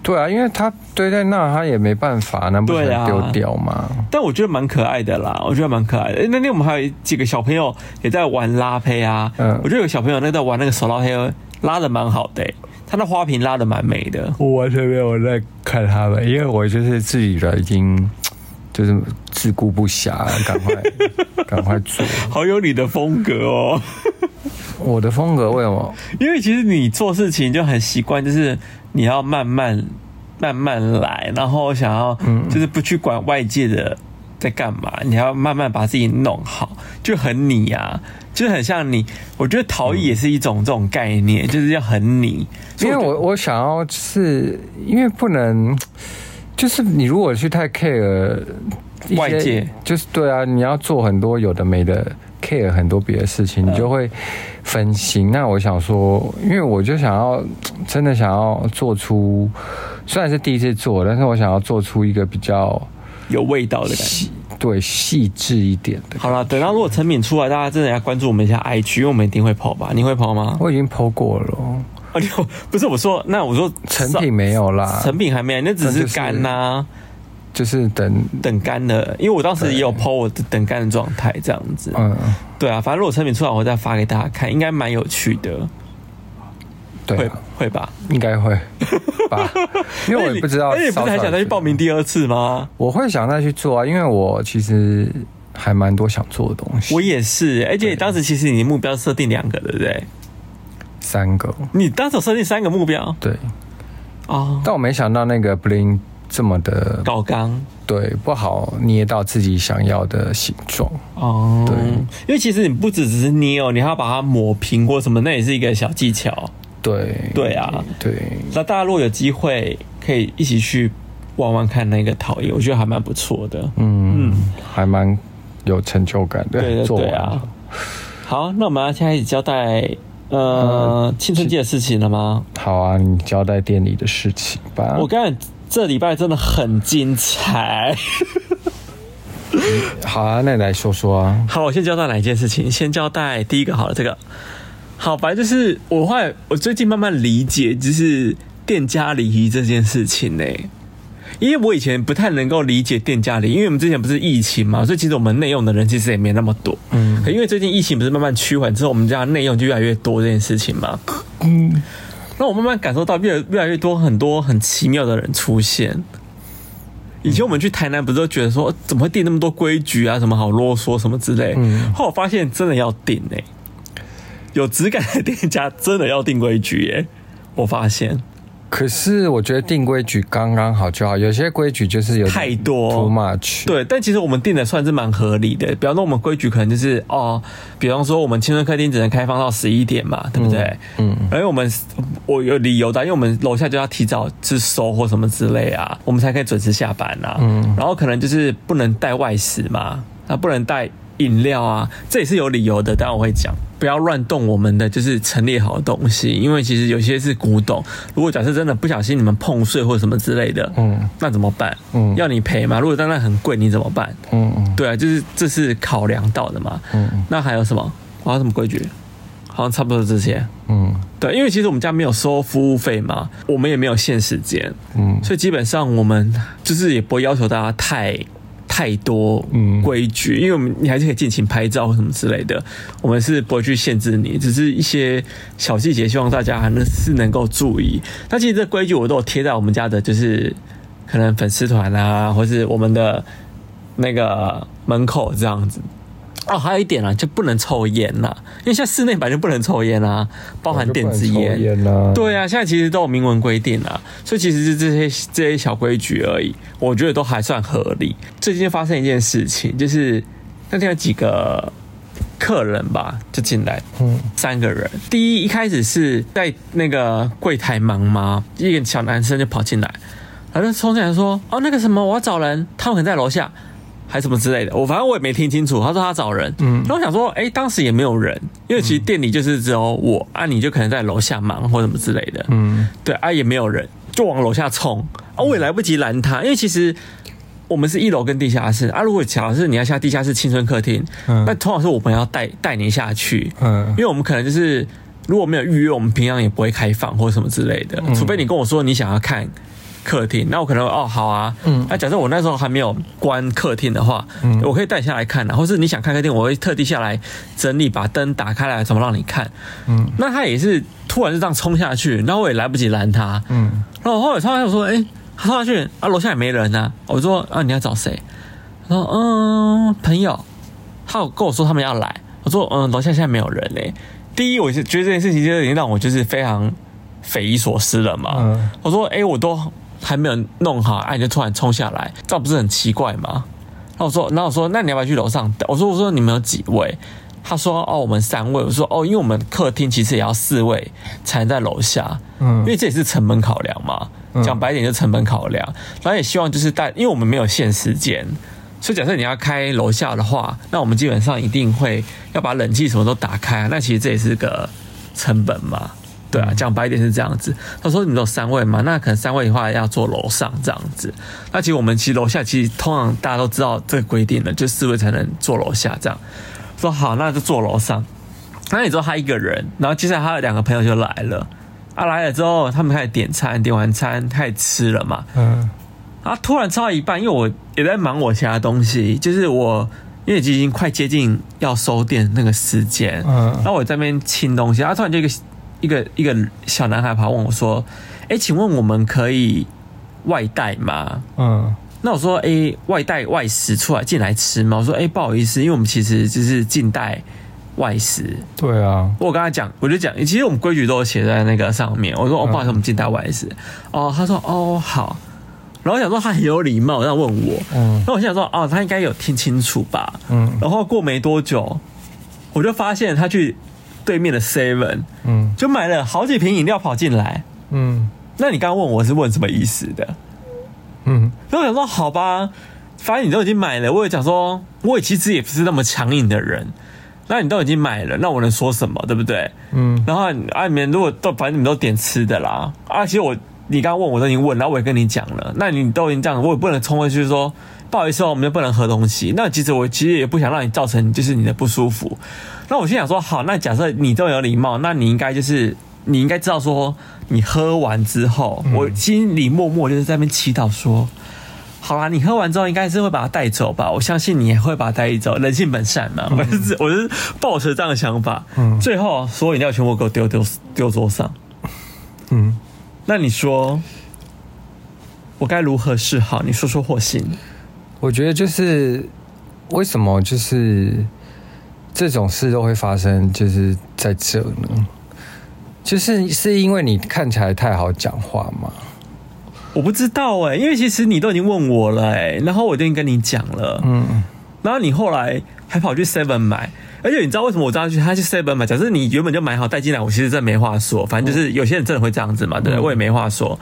C: 对啊，因为他堆在那，他也没办法，那不
A: 对
C: 能
A: 啊
C: 丢掉吗？
A: 但我觉得蛮可爱的啦，我觉得蛮可爱的。哎那天我们还有几个小朋友也在玩拉胚啊，
C: 嗯
A: 我觉得有小朋友那在玩那个手拉胚，拉的蛮好的、欸他那花瓶拉的蛮美的。
C: 我完全没有在看他们，因为我就是自己的已经就是自顾不暇了，赶 快赶快做。
A: 好有你的风格哦，
C: 我的风格为什么？
A: 因为其实你做事情就很习惯，就是你要慢慢慢慢来，然后想要
C: 嗯
A: 就是不去管外界的在干嘛，你要慢慢把自己弄好，就很你啊，就是很像你。我觉得陶艺也是一种这种概念，就是要很你，
C: 因
A: 所
C: 为
A: 以
C: 我我想要是因为不能，就是你如果去太 care 一些
A: 外界，嗯
C: 就是对啊，你要做很多有的没的 care 很多别的事情，你就会分心。那我想说，因为我就想要真的想要做出，虽然是第一次做，但是我想要做出一个比较
A: 有味道的感觉。
C: 细对细致一点的。
A: 好了，等到如果成品出来，大家真的要关注我们一下 IG，因为我们一定会跑吧？你会跑吗？
C: 我已经剖过了哦，
A: 哦，你不是我说，那我说
C: 成品没有啦，
A: 成品还没，那只
C: 那就是是
A: 干呐、
C: 就是等
A: 等干的，因为我当时也有 PO 我的等干的状态这样子。
C: 嗯，
A: 对啊，反正如果成品出来，我再发给大家看，应该蛮有趣的，
C: 对
A: 会
C: 啊，
A: 会吧？
C: 应 该会吧，因为我也不知道。
A: 而哎且你不是还想再去报名？第二次吗？
C: 我会想再去做啊，因为我其实还蛮多想做的东西。
A: 我也是，而且当时其实你目标设定两个，对不对？
C: 三个，
A: 你当时有设定三个目标
C: 对，
A: 哦，
C: 但我没想到那个 bling 这么的
A: 搞纲
C: 对不好捏到自己想要的形状。
A: 哦，因为其实你不只只是捏哦，你还要把它磨平或什么，那也是一个小技巧。
C: 对
A: 对啊，
C: 对，
A: 那大家如果有机会可以一起去玩玩看那个陶艺，我觉得还蛮不错的。
C: 嗯，还蛮有成就感的。
A: 对对
C: 做
A: 对
C: 完
A: 啊
C: 了。
A: 好，那我们要现在一起交代
C: 嗯
A: 呃青春期的事情了吗？
C: 好啊，你交代店里的事情吧。
A: 我跟你讲，这礼拜真的很精彩。
C: 好啊，那你来说说啊。
A: 好，我先交代哪一件事情？先交代第一个好了，这个好，反正就是我后来我最近慢慢理解，就是店家礼仪这件事情呢、因为我以前不太能够理解店家礼仪，因为我们之前不是疫情嘛，所以其实我们内用的人其实也没那么多。嗯，可因为最近疫情不是慢慢趋缓之后，我们家内用就越来越多这件事情嘛。嗯，那我慢慢感受到越越来越多很多很奇妙的人出现。以前我们去台南，不是都觉得说哦怎么会定那么多规矩啊，什么好啰嗦什么之类。
C: 嗯
A: 后来我发现真的要定哎、有质感的店家真的要定规矩耶、我发现
C: 可是我觉得定规矩刚刚好就好，有些规矩就是有点
A: 太多
C: too much。，
A: 对，但其实我们定的算是蛮合理的。比方说，我们规矩可能就是哦，比方说我们青春客厅只能开放到十一点嘛，对不对？嗯，而我们我有理由的，因为我们楼下就要提早去收或什么之类啊，我们才可以准时下班啊。嗯，然后可能就是不能带外食嘛，啊，不能带饮料啊，这也是有理由的，但我会讲。不要乱动我们的就是陈列好的东西，因为其实有些是古董。如果假设真的不小心你们碰碎或什么之类的，嗯，那怎么办？嗯，要你赔吗？如果当然很贵，你怎么办？
C: 嗯嗯，
A: 对啊，就是这是考量到的嘛。嗯，那还有什么？还有什么规矩？好像差不多这些。
C: 嗯，
A: 对，因为其实我们家没有收服务费嘛，我们也没有限时间，嗯，所以基本上我们就是也不会要求大家太太多规矩，因为我们你还是可以尽情拍照或什么之类的，我们是不会去限制你，只是一些小细节，希望大家还能是能够注意。那其实这规矩我都有贴在我们家的，就是可能粉丝团啊，或是我们的那个门口这样子。哦，还有一点啊，就不能抽烟呐、因为现在室内本来就不能抽烟啊，包含电子
C: 就不能抽烟啊
A: 对啊，现在其实都有明文规定啊，所以其实是这些这些小规矩而已，我觉得都还算合理。最近发生一件事情，就是那天有几个客人吧，就进来，嗯，三个人。第一一开始是在那个柜台忙吗？一个小男生就跑进来，然后就冲进来说：“哦，那个什么，我要找人，他们可能在楼下，还什么之类的。”我反正我也没听清楚，他说他找人，嗯，然后我想说，哎、当时也没有人，因为其实店里就是只有我，啊，你就可能在楼下忙或什么之类的，嗯，对，啊，也没有人，就往楼下冲，啊，我也来不及拦他，因为其实。我们是一楼跟地下室啊。如果假设你要下地下室青春客厅，
C: 嗯
A: 那通常是我们要带带你下去，
C: 嗯
A: 因为我们可能就是如果没有预约，我们平常也不会开放或什么之类的，除非你跟我说你想要看客厅，那我可能哦好啊，嗯，那、假设我那时候还没有关客厅的话，我可以带你下来看、啊，或是你想看客厅，我会特地下来整理，把灯打开来，怎么让你看，嗯，那他也是突然就这样冲下去，然后我也来不及拦他，
C: 嗯，
A: 然后我后来他就说，哎、他冲下去啊，楼下也没人啊，我说啊你要找谁？他说嗯朋友，他有跟我说他们要来，我说嗯，楼下现在没有人嘞、第一，我是觉得这件事情就已经让我就是非常匪夷所思了嘛。
C: 嗯
A: 我说哎、诶我都还没有弄好，哎、你就突然冲下来，这样不是很奇怪吗？然后我说，然后我说，那你要不要去楼上等？我说，我说你们有几位？他说，哦，我们三位。我说，哦，因为我们客厅其实也要四位才能在楼下，
C: 嗯
A: 因为这也是成本考量嘛。讲白一点，就成本考量。然后也希望就是大，因为我们没有限时间，所以假设你要开楼下的话，那我们基本上一定会要把冷气什么都打开啊，那其实这也是个成本嘛。对啊，讲白一点是这样子。他说你们有三位嘛，那可能三位的话要做楼上这样子。那其实我们其实楼下其实通常大家都知道这个规定了，就四位才能坐楼下这样。说好，那就坐楼上。那你知道他一个人，然后接下来他的两个朋友就来了。啊，来了之后，他们开始点餐，点完餐开始吃了嘛。
C: 嗯，
A: 啊，突然吃到一半，因为我也在忙我其他东西，就是我因为已经快接近要收店那个时间，
C: 嗯
A: 然后我在那边清东西，啊，突然就一个一个一个小男孩跑问我说：“哎、请问我们可以外带吗？”
C: 嗯，
A: 那我说：“哎、外带外食出来进来吃吗？”我说：“哎、不好意思，因为我们其实就是近代外食，
C: 对啊，
A: 我跟他讲，我就讲，其实我们规矩都有写在那个上面。我说哦，不好意思，我们进大外事。哦，他说哦好，然后我想说他很有礼貌，这样问我。
C: 嗯
A: 那我想说哦，他应该有听清楚吧。
C: 嗯
A: 然后过没多久，我就发现他去对面的 Seven
C: 嗯
A: 就买了好几瓶饮料跑进来。
C: 嗯
A: 那你刚刚问我是问什么意思的？
C: 嗯，
A: 然后我想说好吧，反正你都已经买了，我也讲说，我也其实也不是那么强硬的人。那你都已经买了，那我能说什么，对不对？
C: 嗯
A: 然后啊，你们如果都反正你们都点吃的啦，啊，其实我你刚刚问我都已经问，然后我也跟你讲了，那你都已经这样，我也不能冲回去说不好意思哦，我们就不能喝东西。那其实我其实也不想让你造成就是你的不舒服。那我心想说，好，那假设你这么有礼貌，那你应该就是你应该知道说，你喝完之后，我心里默默就是在那边祈祷说。好啦，你喝完之后应该是会把它带走吧？我相信你也会把它带走，人性本善嘛。我就是我就是抱持这样的想法。
C: 嗯
A: 最后所有饮料全部给我丢丢丢桌上。
C: 嗯，
A: 那你说我该如何是好？你说说霍信。
C: 我觉得就是为什么就是这种事都会发生，就是在这呢？就是是因为你看起来太好讲话嘛？
A: 我不知道哎、因为其实你都已经问我了哎、然后我就已经跟你讲了，
C: 嗯
A: 然后你后来还跑去 Seven 买，而且你知道为什么我知道去他去 Seven 买？假设你原本就买好带进来，我其实真的没话说，反正就是有些人真的会这样子嘛，
C: 嗯
A: 对不对？我也没话说，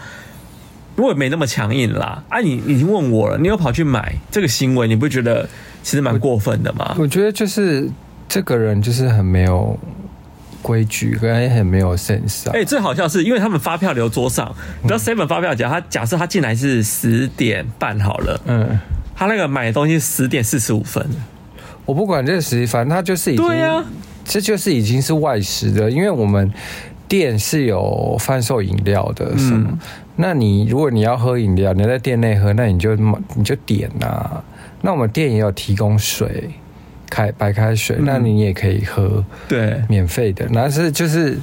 A: 我也没那么强硬啦。啊你，你已经问我了，你又跑去买这个行为，你不觉得其实蛮过分的吗？
C: 我觉得就是这个人就是很没有规矩，跟很没有 sense 啊。
A: 哎、最好笑是因为他们发票留桌上，
C: 嗯
A: 你知道 Seven 发票假他假设他进来是十点半好了，
C: 嗯，
A: 他那个买的东西十点四十五分，
C: 我不管这时，反正他就是已经，
A: 对啊
C: 这就是已经是外食的，因为我们店是有贩售饮料的什
A: 嗯
C: 么。那你如果你要喝饮料，你要在店内喝，那你就你就点啊。那我们店也有提供水，开白开
A: 嗯
C: 水，那你也可以喝。
A: 对，
C: 免费的，但是就是，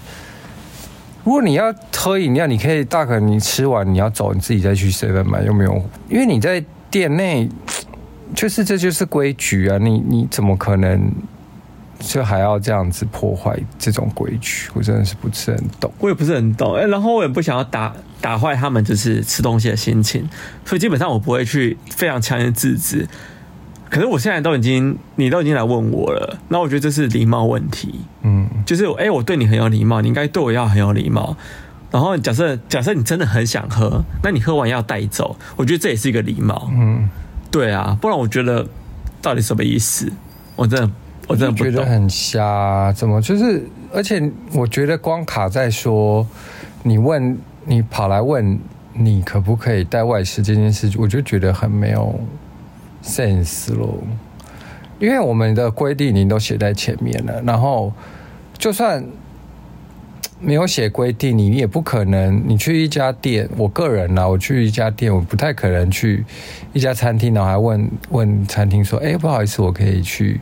C: 如果你要喝饮料，你可以大可你吃完你要走，你自己再去 seven 买，又没有，因为你在店内，就是这就是规矩啊，你你怎么可能就还要这样子破坏这种规矩？我真的是不是很懂。
A: 我也不是很懂，哎、然后我也不想要打打坏他们就是吃东西的心情，所以基本上我不会去非常强烈制止。可是我现在都已经，你都已经来问我了，那我觉得这是礼貌问题。
C: 嗯
A: 就是哎、欸我对你很有礼貌，你应该对我要很有礼貌。然后假设假设你真的很想喝，那你喝完要带走，我觉得这也是一个礼貌。
C: 嗯，
A: 对啊，不然我觉得到底什么意思？我真的我真的不
C: 就觉得
A: 懂。
C: 很瞎、怎么就是？而且我觉得光卡在说，你问你跑来问你可不可以带外食这件事，我就觉得很没有 sense 咯。因为我们的规定已经都写在前面了，然后就算没有写规定，你也不可能你去一家店，我个人啦，我去一家店，我不太可能去一家餐厅，然后还问问餐厅说，哎、不好意思，我可以去，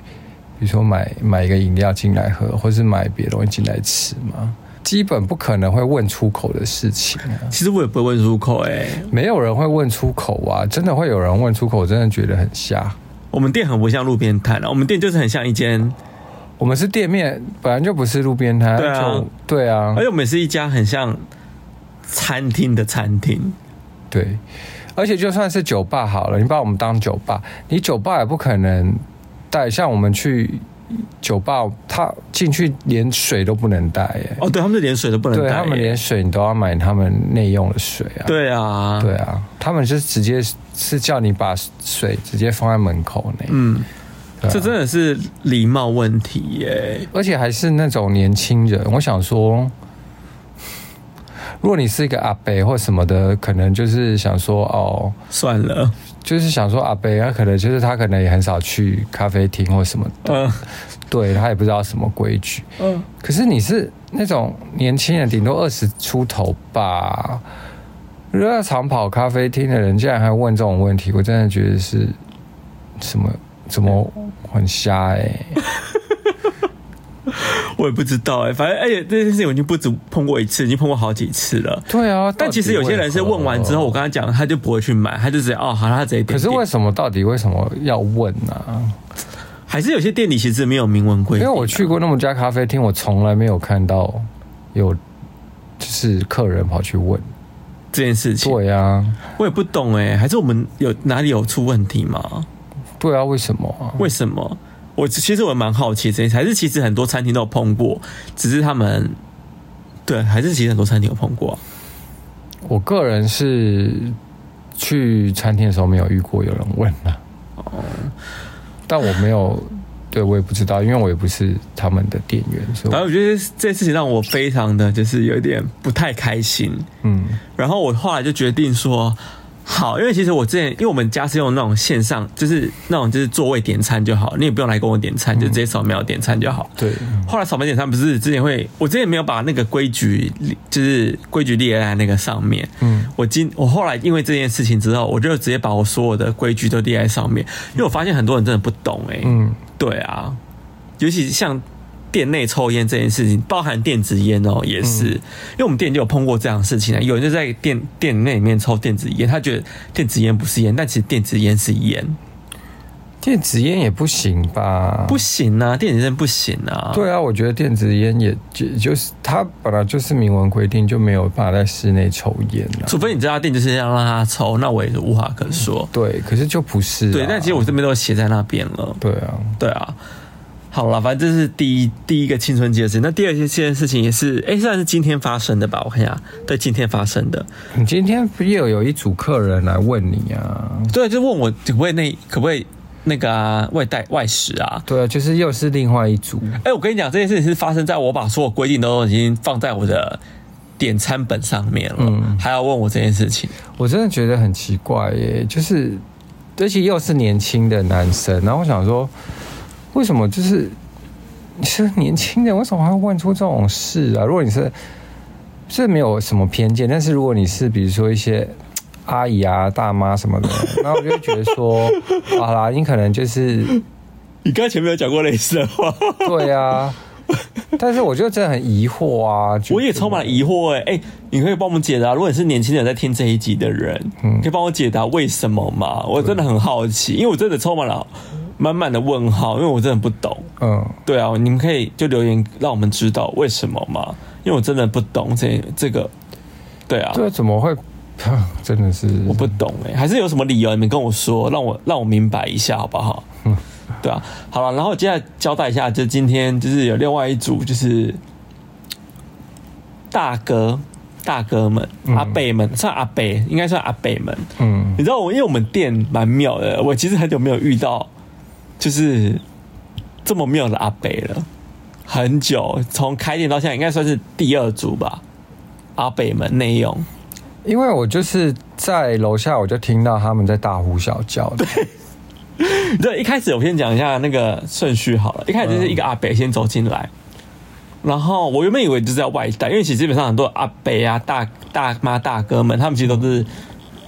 C: 比如说买买一个饮料进来喝，或是买别的东西进来吃吗？基本不可能会问出口的事情啊，
A: 其实我也不会问出口哎、
C: 没有人会问出口啊！真的会有人问出口，我真的觉得很瞎。
A: 我们店很不像路边摊啊，我们店就是很像一间，
C: 哦我们是店面，本来就不是路边摊，
A: 对啊
C: 就对啊
A: 而，且我们是一家很像餐厅的餐厅。
C: 对。而且就算是酒吧好了，你把我们当酒吧，你酒吧也不可能带像我们去酒吧他进去连水都不能带耶，
A: 哦，对他们是连水都不能带
C: 对
A: 耶，
C: 他们连水你都要买他们内用的水啊。
A: 对啊，
C: 对啊，他们是直接是叫你把水直接放在门口内，
A: 嗯，
C: 对啊
A: 这真的是礼貌问题耶。
C: 而且还是那种年轻人。我想说， 如果你是一个阿伯或什么的，可能就是想说哦，
A: 算了，
C: 就是想说阿伯，他可能就是他可能也很少去咖啡厅或什么的，
A: 嗯
C: 对他也不知道什么规矩。
A: 嗯，
C: 可是你是那种年轻人，顶多二十出头吧。如果长跑咖啡厅的人竟然还问这种问题，我真的觉得是什么怎么很瞎哎、
A: 我也不知道哎，反正而且这件事情我已经不止碰过一次，已经碰过好几次了。
C: 对啊，
A: 但其实有些人是问完之后，我
C: 到底为何，
A: 跟他讲，他就不会去买，他就直接哦，好了，他直接点。
C: 可是为
A: 点
C: 什么到底为什么要问呢、
A: 还是有些店里其实没有明文规
C: 因
A: 定
C: 为
A: 啊，
C: 我去过那么多家咖啡厅，我从来没有看到有就是客人跑去问。
A: 这件事情，
C: 对啊，
A: 我也不懂哎，还是我们有哪里有出问题吗？
C: 对啊，为什么啊？
A: 为什么？我其实我蛮好奇这件事，还是其实很多餐厅都有碰过，只是他们对，还是其实很多餐厅有碰过啊、
C: 我个人是去餐厅的时候没有遇过有人问啦。
A: 哦
C: 但我没有，对我也不知道，因为我也不是他们的店员，所以
A: 反正
C: 我
A: 我觉得这件事情让我非常的就是有一点不太开心。
C: 嗯
A: 然后我后来就决定说，好，因为其实我之前因为我们家是用那种线上，就是那种就是座位点餐就好，你也不用来跟我点餐，就直接扫描点餐就好。
C: 对
A: 后来扫描点餐不是之前会，我之前没有把那个规矩就是规矩列在那个上面。
C: 嗯
A: 我今我后来因为这件事情之后，我就直接把我所有的规矩都列在上面，因为我发现很多人真的不懂哎、
C: 嗯，
A: 对啊，尤其像店内抽烟这件事情，包含电子烟哦，也
C: 嗯
A: 是，因为我们店就有碰过这样的事情啊。有人就在店店内里面抽电子烟，他觉得电子烟不是烟，但其实电子烟是烟，
C: 电子烟也不行吧？
A: 不行啊，电子烟不行啊。
C: 对啊，我觉得电子烟也就就是它本来就是明文规定就没有办法在室内抽烟啊。
A: 除非你这家店就是要让他抽，那我也是无话可说。
C: 对，可是就不是、啊。
A: 对，但其实我这边都写在那边了。
C: 对啊，
A: 对啊，好了，反正这是第一第一个青春期的事情。那第二件这件事情也是，哎、算是今天发生的吧？我看一下，对，今天发生的。
C: 你今天也有有一组客人来问你啊？
A: 对，就问我可不可以那可不可以那个啊外带外食啊？
C: 对啊，就是又是另外一组。
A: 哎、我跟你讲，这件事情是发生在我把所有规定都已经放在我的点餐本上面了，
C: 嗯
A: 还要问我这件事情。
C: 我真的觉得很奇怪耶，就是而且又是年轻的男生，然后我想说，为什么就是你是年轻人，为什么还会问出这种事啊？如果你是是没有什么偏见，但是如果你是比如说一些阿姨啊、大妈什么的，然后我就会觉得说， 好啦，你可能就是
A: 你刚才前面有讲过类似的话，
C: 对啊，但是我就真的很疑惑啊，就
A: 我也充满了疑惑哎、哎、你可以帮我们解答，如果你是年轻人在听这一集的人，可以帮我解答为什么吗？我真的很好奇，因为我真的充满了满满的问号，因为我真的不懂。
C: 嗯。
A: 对啊，你们可以就留言让我们知道为什么吗？因为我真的不懂这这个，对啊，
C: 对，怎么会？ 真的是
A: 我不懂哎、还是有什么理由你们跟我说，让我让我明白一下好不好？嗯，对啊，好了，然后接下来交代一下，就今天就是有另外一组就是大哥大哥们、阿伯们，算阿伯，应该算阿伯们。
C: 嗯
A: 你知道我，因为我们店蛮妙的，我其实很久没有遇到就是这么妙的阿伯了，很久，从开店到现在应该算是第二组吧。阿北们内用，
C: 因为我就是在楼下，我就听到他们在大呼小叫的。
A: 对，一开始我先讲一下那个顺序好了。一开始就是一个阿北先走进来，然后我原本以为就是要外带，因为其实基本上很多阿北啊、大大妈、大哥们，他们其实都是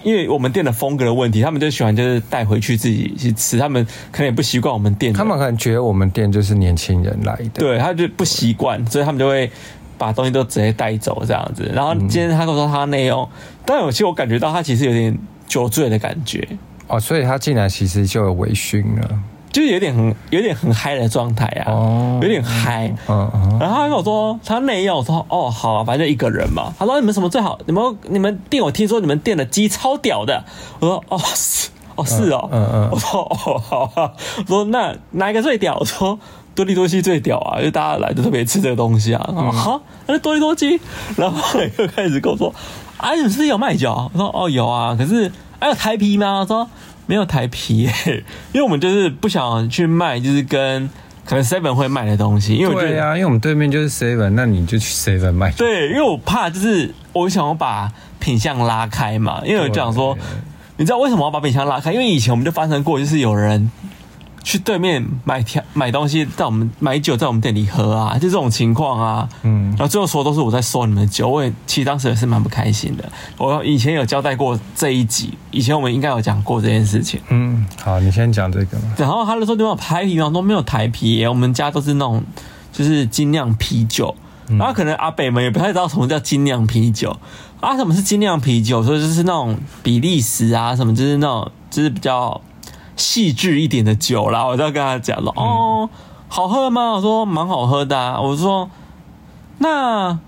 A: 因为我们店的风格的问题，他们就喜欢就是带回去自己去吃，他们可能也不习惯我们店的，
C: 他们可能觉得我们店就是年轻人来的。，
A: 对他就不习惯，所以他们就会把东西都直接带走这样子。然后今天他跟我说他内用，但有些我感觉到他其实有点酒醉的感觉，
C: 哦，所以他进来其实就有微醺了。
A: 就是有点很有点很嗨的状态啊，
C: 哦
A: 有点嗨。
C: 嗯嗯，
A: 然后他跟我说他内用，我说哦好啊，反正就一个人嘛。他说你们什么最好？你们你们店我听说你们店的鸡超屌的。我说哦是哦是哦，
C: 嗯嗯
A: 我说哦好啊，我说那哪一个最屌？我说多利多西最屌啊，因为大家来都特别吃这个东西啊。
C: 嗯
A: 然后哈，那多利多西，然后后来又开始跟我说，啊，你们是不是有卖酒？我说哦有啊，可是还、有台啤吗？我说没有台啤、嘿因为我们就是不想去卖，就是跟可能 seven 会卖的东西，因为我觉
C: 对
A: 得
C: 啊呀、因为我们对面就是 Seven，那你就去 Seven 买。
A: 对，因为我怕就是我想要把品相拉开嘛，因为我就想说
C: 对，
A: 你知道为什么要把品相拉开？因为以前我们就发生过，就是有人去对面买调买东西，在我们买酒在我们店里喝啊，就这种情况啊。
C: 嗯
A: 然后最后说都是我在收你们的酒，我也其实当时也是蛮不开心的。我以前有交代过这一集，以前我们应该有讲过这件事情。
C: 嗯，好，你先讲这个嘛。
A: 然后他就说你们有台啤吗？我说没有台啤耶，我们家都是那种就是精酿啤酒。然后可能阿北们也不太知道什么叫精酿啤酒啊，什么是精酿啤酒？所以就是那种比利时啊，什么就是那种就是比较细致一点的酒啦。我就跟他讲了，哦，好喝吗？我说蛮好喝的、啊。我说那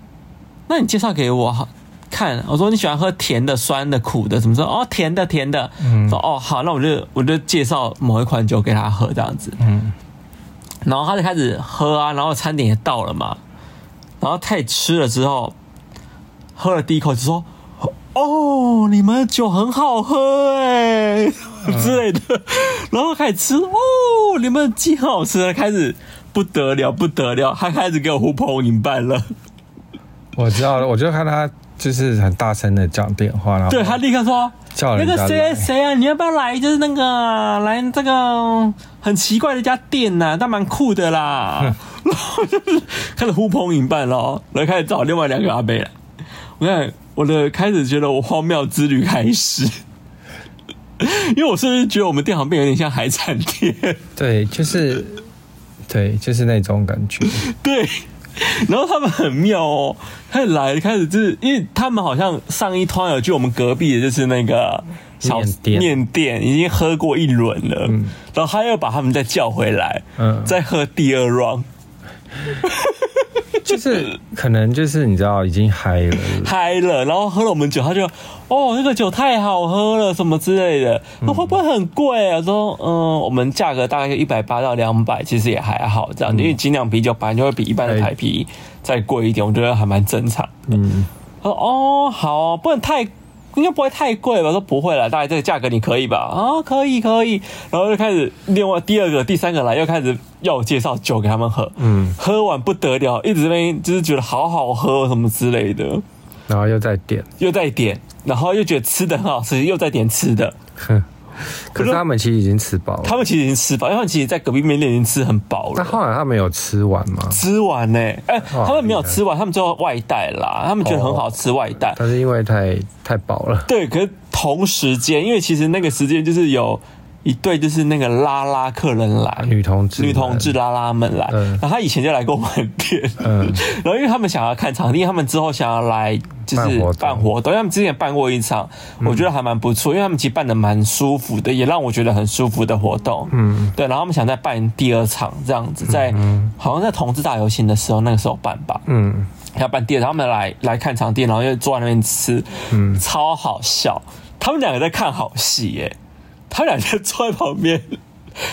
A: 那你介绍给我看，我说你喜欢喝甜的、酸的、苦的，什么说哦甜的甜的，说哦好，那我就我就介绍某一款酒给他喝这样子，
C: 嗯
A: 然后他就开始喝啊，然后餐点也到了嘛，然后他也吃了之后，喝了第一口就说。哦，你们的酒很好喝哎、之类的，然后开始吃哦，你们的鸡很好吃，开始不得了不得了，他开始给我呼朋引伴了。
C: 我知道了，我就看他就是很大声的讲电话，然后
A: 对他立刻说：“
C: 叫
A: 那
C: 人家
A: 个谁
C: 来
A: 谁啊，你要不要来？就是那个啊来这个很奇怪的一家店呐、但蛮酷的啦。” 然后就是开始呼朋引伴咯，然后开始找另外两个阿贝来。我看我的开始觉得我荒谬之旅开始， 因为我甚至觉得我们店旁边有点像海产店。
C: 对，就是对，就是那种感 觉。
A: 对，然后他们很妙哦，开始来开始就是因为他们好像上一团有去我们隔壁的，就是那个小
C: 面店
A: 面店已经喝过一轮了，然后他又把他们再叫回来，
C: 嗯
A: 再喝第二 round，
C: 就是可能就是你知道已经嗨了，
A: 嗨了，然后喝了我们酒，他就哦那个酒太好喝了什么之类的，
C: 嗯
A: 那会不会很贵啊？说嗯，我们价格大概一百八到两百，其实也还好这样，
C: 嗯
A: 因为精酿啤酒本来就会比一般的
C: 对
A: 台啤再贵一点，我觉得还蛮正常的。
C: 嗯，
A: 他说哦，好，不能太，应该不会太贵吧？我说不会了，大概这个价格你可以吧？啊，可以可以。然后就开始另外第二个、第三个来，又开始要我介绍酒给他们喝。
C: 嗯，
A: 喝完不得了，一直在那边就是觉得好好喝什么之类的，
C: 然后又再点，
A: 又在点，然后又觉得吃的很好吃，又在点吃的。
C: 哼。可是他们其实已经吃饱
A: 他
C: 了，
A: 们其实已经吃饱，因为他们其实在隔壁面店已经吃很饱
C: 但
A: 了。
C: 后来他们有吃完吗？
A: 吃完呢、哎、
C: 哇
A: 他们没有
C: 厉害
A: 吃完，他们就外带啦。他们觉得很好吃外带，
C: 但是因为太太饱了，
A: 对，可是同时间，因为其实那个时间就是有一对就是那个拉拉客人来，
C: 女同志
A: 女同志拉拉们来，
C: 嗯
A: 然后他以前就来过我们店，
C: 嗯
A: 然后因为他们想要看场地，因为他们之后想要来就
C: 办
A: 是
C: 活动嗯
A: 办活动，因为他们之前办过一场，我觉得还蛮不错，因为他们其实办的蛮舒服的，也让我觉得很舒服的活动，
C: 嗯，
A: 对，然后他们想再办第二场这样子，在好像在同志大游行的时候，那个时候办吧，
C: 嗯，
A: 要办店，他们来来看场地，然后又坐在那边吃，嗯，超好笑。他们两个在看好戏耶、他们两个坐在旁边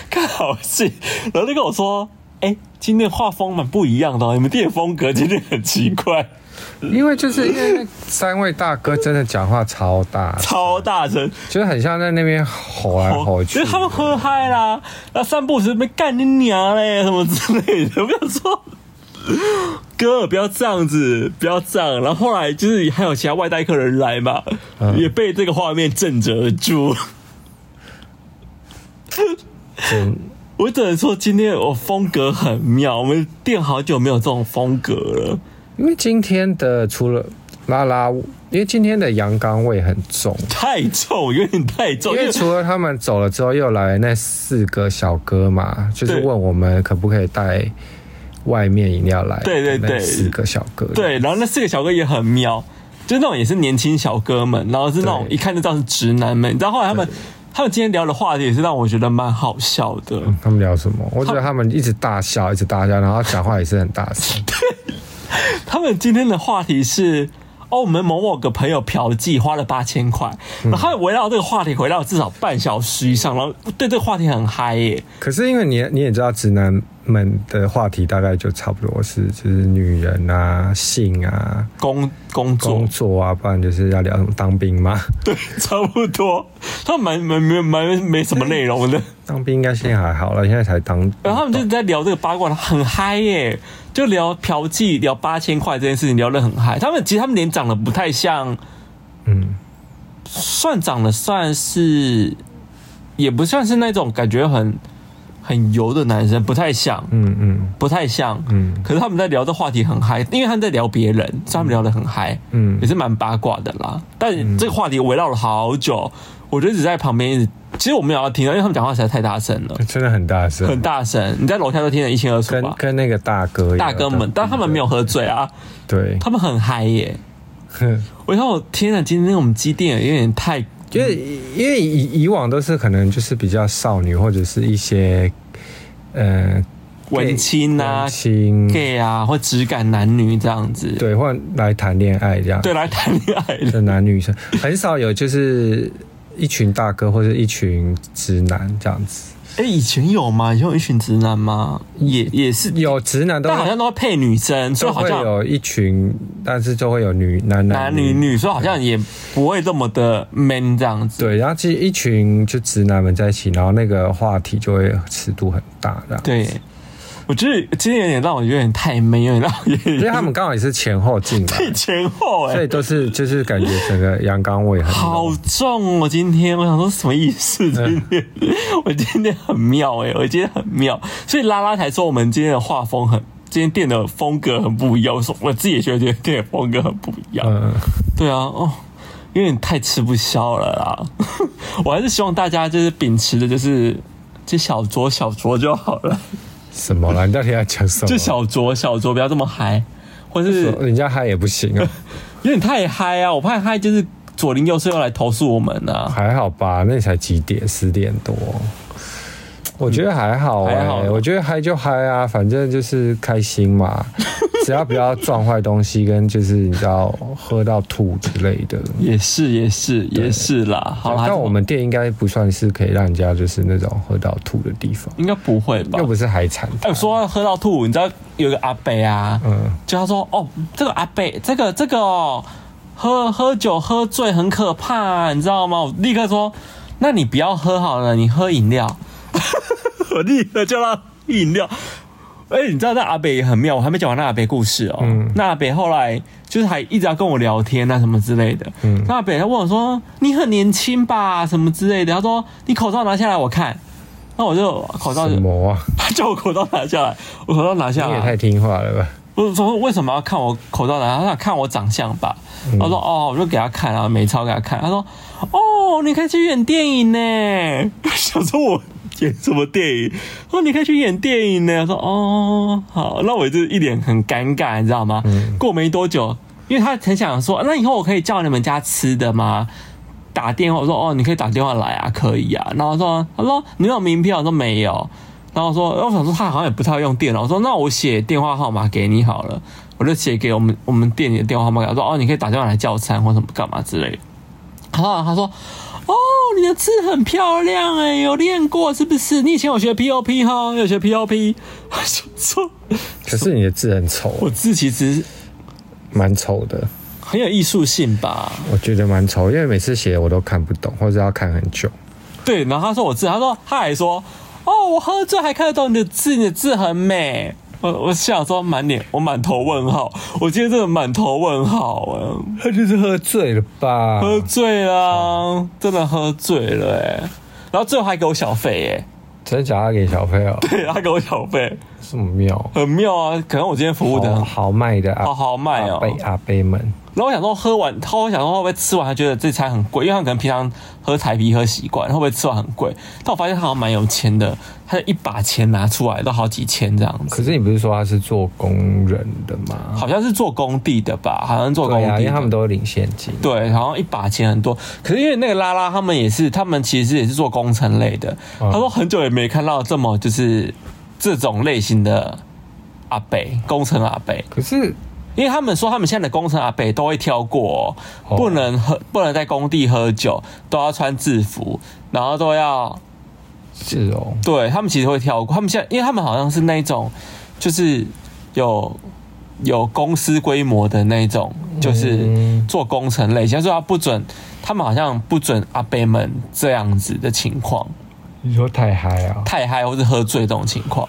A: 看好戏，然后就跟我说：“哎、今天画风蛮不一样的、哦，你们店的风格今天很奇怪，
C: 因为就是因为那三位大哥真的讲话超大，
A: 超大声。”
C: 就是很像在那边吼来吼 去
A: 因为。他们喝嗨啦，那散步时被干你娘嘞什么之类的，我想说。 哥，不要这样子，不要这样。然后后来就是还有其他外带客人来嘛，
C: 嗯
A: 也被这个画面震慑住。
C: 嗯
A: 我只能说，今天我风格很妙，我们店好久没有这种风格了。
C: 因为今天的除了拉拉，因为今天的阳刚味很重，
A: 太重，有点太重，
C: 因
A: 因为
C: 为除了他们走了之后，又来那四个小哥嘛，就是
A: 对
C: 问我们可不可以带外面饮料来。
A: 对对对
C: 那四个小哥。
A: 对，然后那四个小哥也很妙，就那种也是年轻小哥们，然后是那种
C: 对
A: 一看就知道是直男们。你知道后来他们，他们今天聊的话题也是让我觉得蛮好笑的。
C: 他们聊什么？我觉得他们一直大笑，一直大笑，然后讲话也是很大声。
A: 他们今天的话题是。哦，我们某某个朋友嫖妓花了八千块，然后他们围绕这个话题回到至少半小时以上，然后对这个话题很嗨耶、
C: 可是因为你你也知道，直男们的话题大概就差不多是就是女人啊、性啊、
A: 工工作
C: 工作啊，不然就是要聊什么当兵吗？
A: 对， 差不多。他蛮蛮没蛮没什么内容的，
C: 当兵应该现在还好了，现在才当。
A: 然后他们就在聊这个八卦，很嗨耶，就聊嫖妓，聊八千块这件事情，聊得很嗨。他们其实他们脸长得不太像，
C: 嗯，
A: 算长得算是，也不算是那种感觉很很油的男生，不太像，
C: 嗯嗯
A: 不太像。
C: 嗯
A: 可是他们在聊的话题很嗨，因为他们在聊别人，所以他们聊得很嗨。
C: 嗯
A: 也，是蛮八卦的啦。但这个话题围绕了好久，我就一直在旁边一直。其实我没有要听到，因为他们讲话实在太大声了，
C: 嗯真的很大声，
A: 很啊大声，你在楼下都听得一清二楚
C: 跟
A: 吧？
C: 跟那个大哥一样
A: 大哥们，但他们没有喝醉啊，
C: 对，
A: 他们很嗨耶！
C: 哼
A: 我想我天哪，今天我们机电有点太……
C: 因为因为以以往都是可能就是比较少女或者是一些呃
A: 文青啊
C: 文青
A: gay 啊，或直感男女这样子，
C: 对，或来谈恋爱这样，
A: 对，来谈恋爱的，
C: 的男女 生很少有就是一群大哥或者一群直男这样子，
A: 哎，以前有吗？以前有一群直男吗？也也是，
C: 有直男都
A: 但好
C: 会
A: 像都会配女生，所以
C: 都
A: 好
C: 会
A: 像
C: 有一群，但是就会有女男
A: 男女女，所以好像也不会这么的 man 这样子。
C: 对，然后其实一群就直男们在一起，然后那个话题就会尺度很大这样。
A: 对，我觉得今天有点让我有点太 man，有点让我有
C: 因为
A: 点
C: 他们刚好也是前后进 来，
A: 前后哎、
C: 所以都是就是感觉整个阳刚味很
A: 好
C: 浓
A: 重哦！今天我想说什么意思？今天、 我今天很妙哎、我今天很妙，所以拉拉才说我们今天的画风很，今天店的风格很不一样。我说我自己也觉得今天店的风格很不一样。
C: 嗯，
A: 对啊，哦，有点太吃不消了啦。 我还是希望大家就是秉持的，就是就小酌小酌就好了，
C: 什么啦？你到底要讲什么？
A: 就小酌小酌，不要这么嗨，或是
C: 人家嗨也不行啊，
A: 有点太嗨啊！我怕嗨就是左邻右舍要来投诉我们啊。
C: 还好吧？那才几点？十点多。我觉得还好、欸，
A: 还好
C: 我觉得嗨就嗨啊，反正就是开心 嘛，只要不要撞坏东西，跟就是你知道喝到吐之类的。
A: 也是也是也是啦，好啦，
C: 但我们店应该不算是可以让人家就是那种喝到吐的地方，
A: 应该不会吧
C: 又？不是海产
A: 哎、我说到喝到吐，你知道有个阿伯啊，
C: 嗯
A: 就他说哦，这个阿伯，这个这个哦，喝喝酒喝醉很可怕、啊，你知道吗？我立刻说，那你不要喝好了，你喝饮 料。我立刻叫他喝饮料。哎、你知道那阿北也很妙，我还没讲完那阿北故事哦。
C: 嗯
A: 那阿北后来就是还一直要跟我聊天啊什么之类的。
C: 嗯
A: 那阿北他问我说：“你很年轻吧？什么之类的？”他说：“你口罩拿下来我看。”那我就口罩
C: 什
A: 就，
C: 么啊？
A: 他叫我口罩拿下来，我口罩拿下
C: 你
A: 来。
C: 也太听话了吧？
A: 我说为什么要看我口罩呢？他想看我长相吧。我说哦，我就给他看啊，然后美超给他看。他说哦，你可以去演电影呢。 想说我演什么电影？他说你可以去演电影呢。我说哦，好，那我就一脸很尴尬，你知道吗？过没多久，因为他很想说，那以后我可以叫你们家吃的吗？打电话，我说哦，你可以打电话来啊，可以啊。然后说，他说你有名片，我说没有。然后说，哦我想说他好像也不太会用电脑，我说那我写电话号码给你好了，我就写给我们我们店里的电话号码给他，说哦，你可以打电话来叫餐或什么干嘛之类的。然后他说，哦，你的字很漂亮哎、有练过是不是？你以前有学 POP 哈，有学 POP。我 想说，
C: 可是你的字很
A: 我
C: 丑，
A: 字其实
C: 蛮丑的，
A: 很有艺术性吧。
C: 我觉得蛮丑，因为每次写我都看不懂，或者要看很久。
A: 对，然后他说我字，他说他还说，哦，我喝醉还看得懂你的字，你的字很美。我我想说满脸，我满头问号，我今天真的满头问号哎，
C: 他就是喝醉了吧？
A: 喝醉啦、真的喝醉了哎、然后最后还给我小费
C: 真的假的？给 小朋友
A: 哎、 对，他给我小费，
C: 这么妙，
A: 很妙啊，可能我今天服务的很
C: 好
A: 好。
C: 豪迈的
A: 好
C: 阿
A: 豪迈哦
C: 阿！贝阿贝们，
A: 然后我想说喝完，他我想说会不会吃完，他觉得这餐很贵，因为他可能平常喝台啤喝习惯，会不会吃完很贵？但我发现他好像蛮有钱的，他就一把钱拿出来都好几千这样子。
C: 可是你不是说他是做工人的吗？
A: 好像是做工地的吧，好像做工
C: 对
A: 地的、
C: 啊，因为他们都领现金。
A: 对，好像一把钱很多。可是因为那个拉拉他们也是，他们其实也是做工程类的。
C: 嗯
A: 他说很久也没看到这么就是这种类型的阿北，工程阿北，
C: 可是
A: 因为他们说他们现在的工程阿北都会挑过、
C: 哦
A: 不能喝，不能在工地喝酒，都要穿制服，然后都要
C: 是哦，
A: 对他们其实会跳过，他们现在因为他们好像是那一种，就是有有公司规模的那一种，就是
C: 嗯
A: 做工程类，像说他不准，他们好像不准阿伯们这样子的情况，
C: 你说太嗨啊？
A: 太嗨或是喝醉这种情况。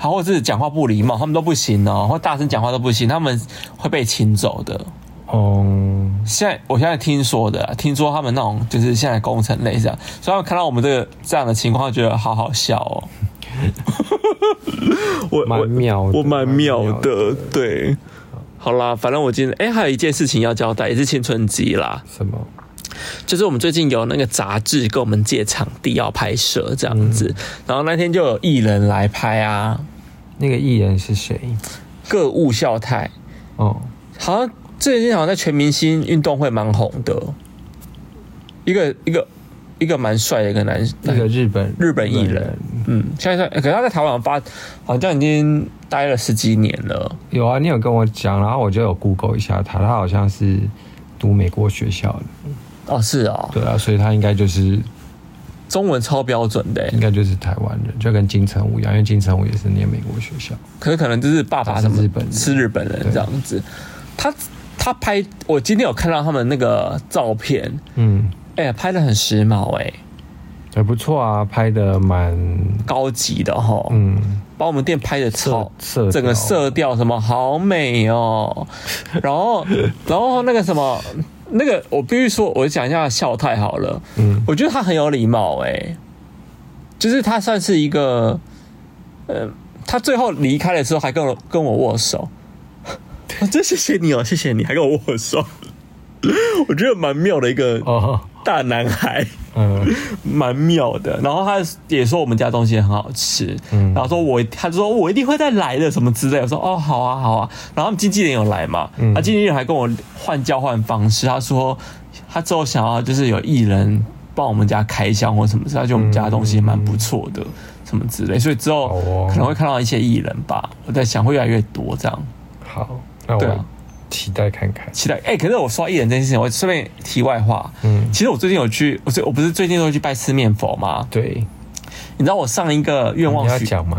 A: 好，或是讲话不礼貌，他们都不行哦，或大声讲话都不行，他们会被请走的。
C: 哦，
A: 现在我现在听说的啊，听说他们那种就是现在工程类这样，所以他们看到我们这个这样的情况，觉得好好笑哦。 我
C: 蛮妙的
A: 我蛮妙
C: 蛮
A: 的，对。好啦，反正我今天哎、还有一件事情要交代，也是青春期啦，
C: 什么？
A: 就是我们最近有那个杂志跟我们借场地要拍摄这样子，然后那天就有艺人来拍啊，
C: 那个艺人是谁？
A: 各物笑态，
C: 哦，
A: 好像最近好像在全明星运动会蛮红的，一个一个一个蛮帅的一个男，
C: 那个日本
A: 日本艺人嗯，现在在可是他在台湾发好像已经待了十几年了，
C: 有啊，你有跟我讲，然后我就有 Google 一下他，他好像是读美国学校的，
A: 哦是哦，
C: 对啊，所以他应该就是
A: 中文超标准的欸，
C: 应该就是台湾人，就跟金城武一样，因为金城武也是念美国学校。
A: 可是可能就是爸爸
C: 他是
A: 什么
C: 日本人
A: 是日本人
C: 对
A: 这样子，他他拍我今天有看到他们那个照片，
C: 嗯，
A: 哎、呀，拍的很时髦哎、
C: 还不错啊，拍的蛮
A: 高级的哈，
C: 嗯，
A: 把我们店拍的超
C: 色色
A: 整个
C: 调
A: 色调什么好美 哦，然后然后那个什么那个我必须说，我讲一下孝太好了，
C: 嗯
A: 我觉得他很有礼貌哎、就是他算是一个，呃，他最后离开的时候还跟我跟我握手，我 真谢谢你哦，谢谢你还跟我握手， 我觉得蛮妙的一个
C: 哦，
A: 大男孩。
C: 嗯，
A: 蛮妙的。然后他也说我们家东西很好吃，
C: 嗯
A: 然后说我他说我一定会再来的什么之类的。我说哦好啊好啊。然后他们经纪人有来嘛，
C: 嗯
A: 他经纪人还跟我换交换方式，他说他之后想要就是有艺人帮我们家开箱或什么之类，他觉得我们家的东西蛮不错的。什么之类，所以之
C: 好
A: 后
C: 哦
A: 可能会看到一些艺人吧，我在想会越来越多这样。
C: 好，那
A: 对
C: 我
A: 啊
C: 期待看看。
A: 期待。哎、可是我说到艺人这件事情，我顺便题外话，
C: 嗯
A: 其实我最近有去，我最我不是最近都去拜四面佛吗？
C: 对，
A: 你知道我上一个愿望
C: 你要
A: 许
C: 讲吗？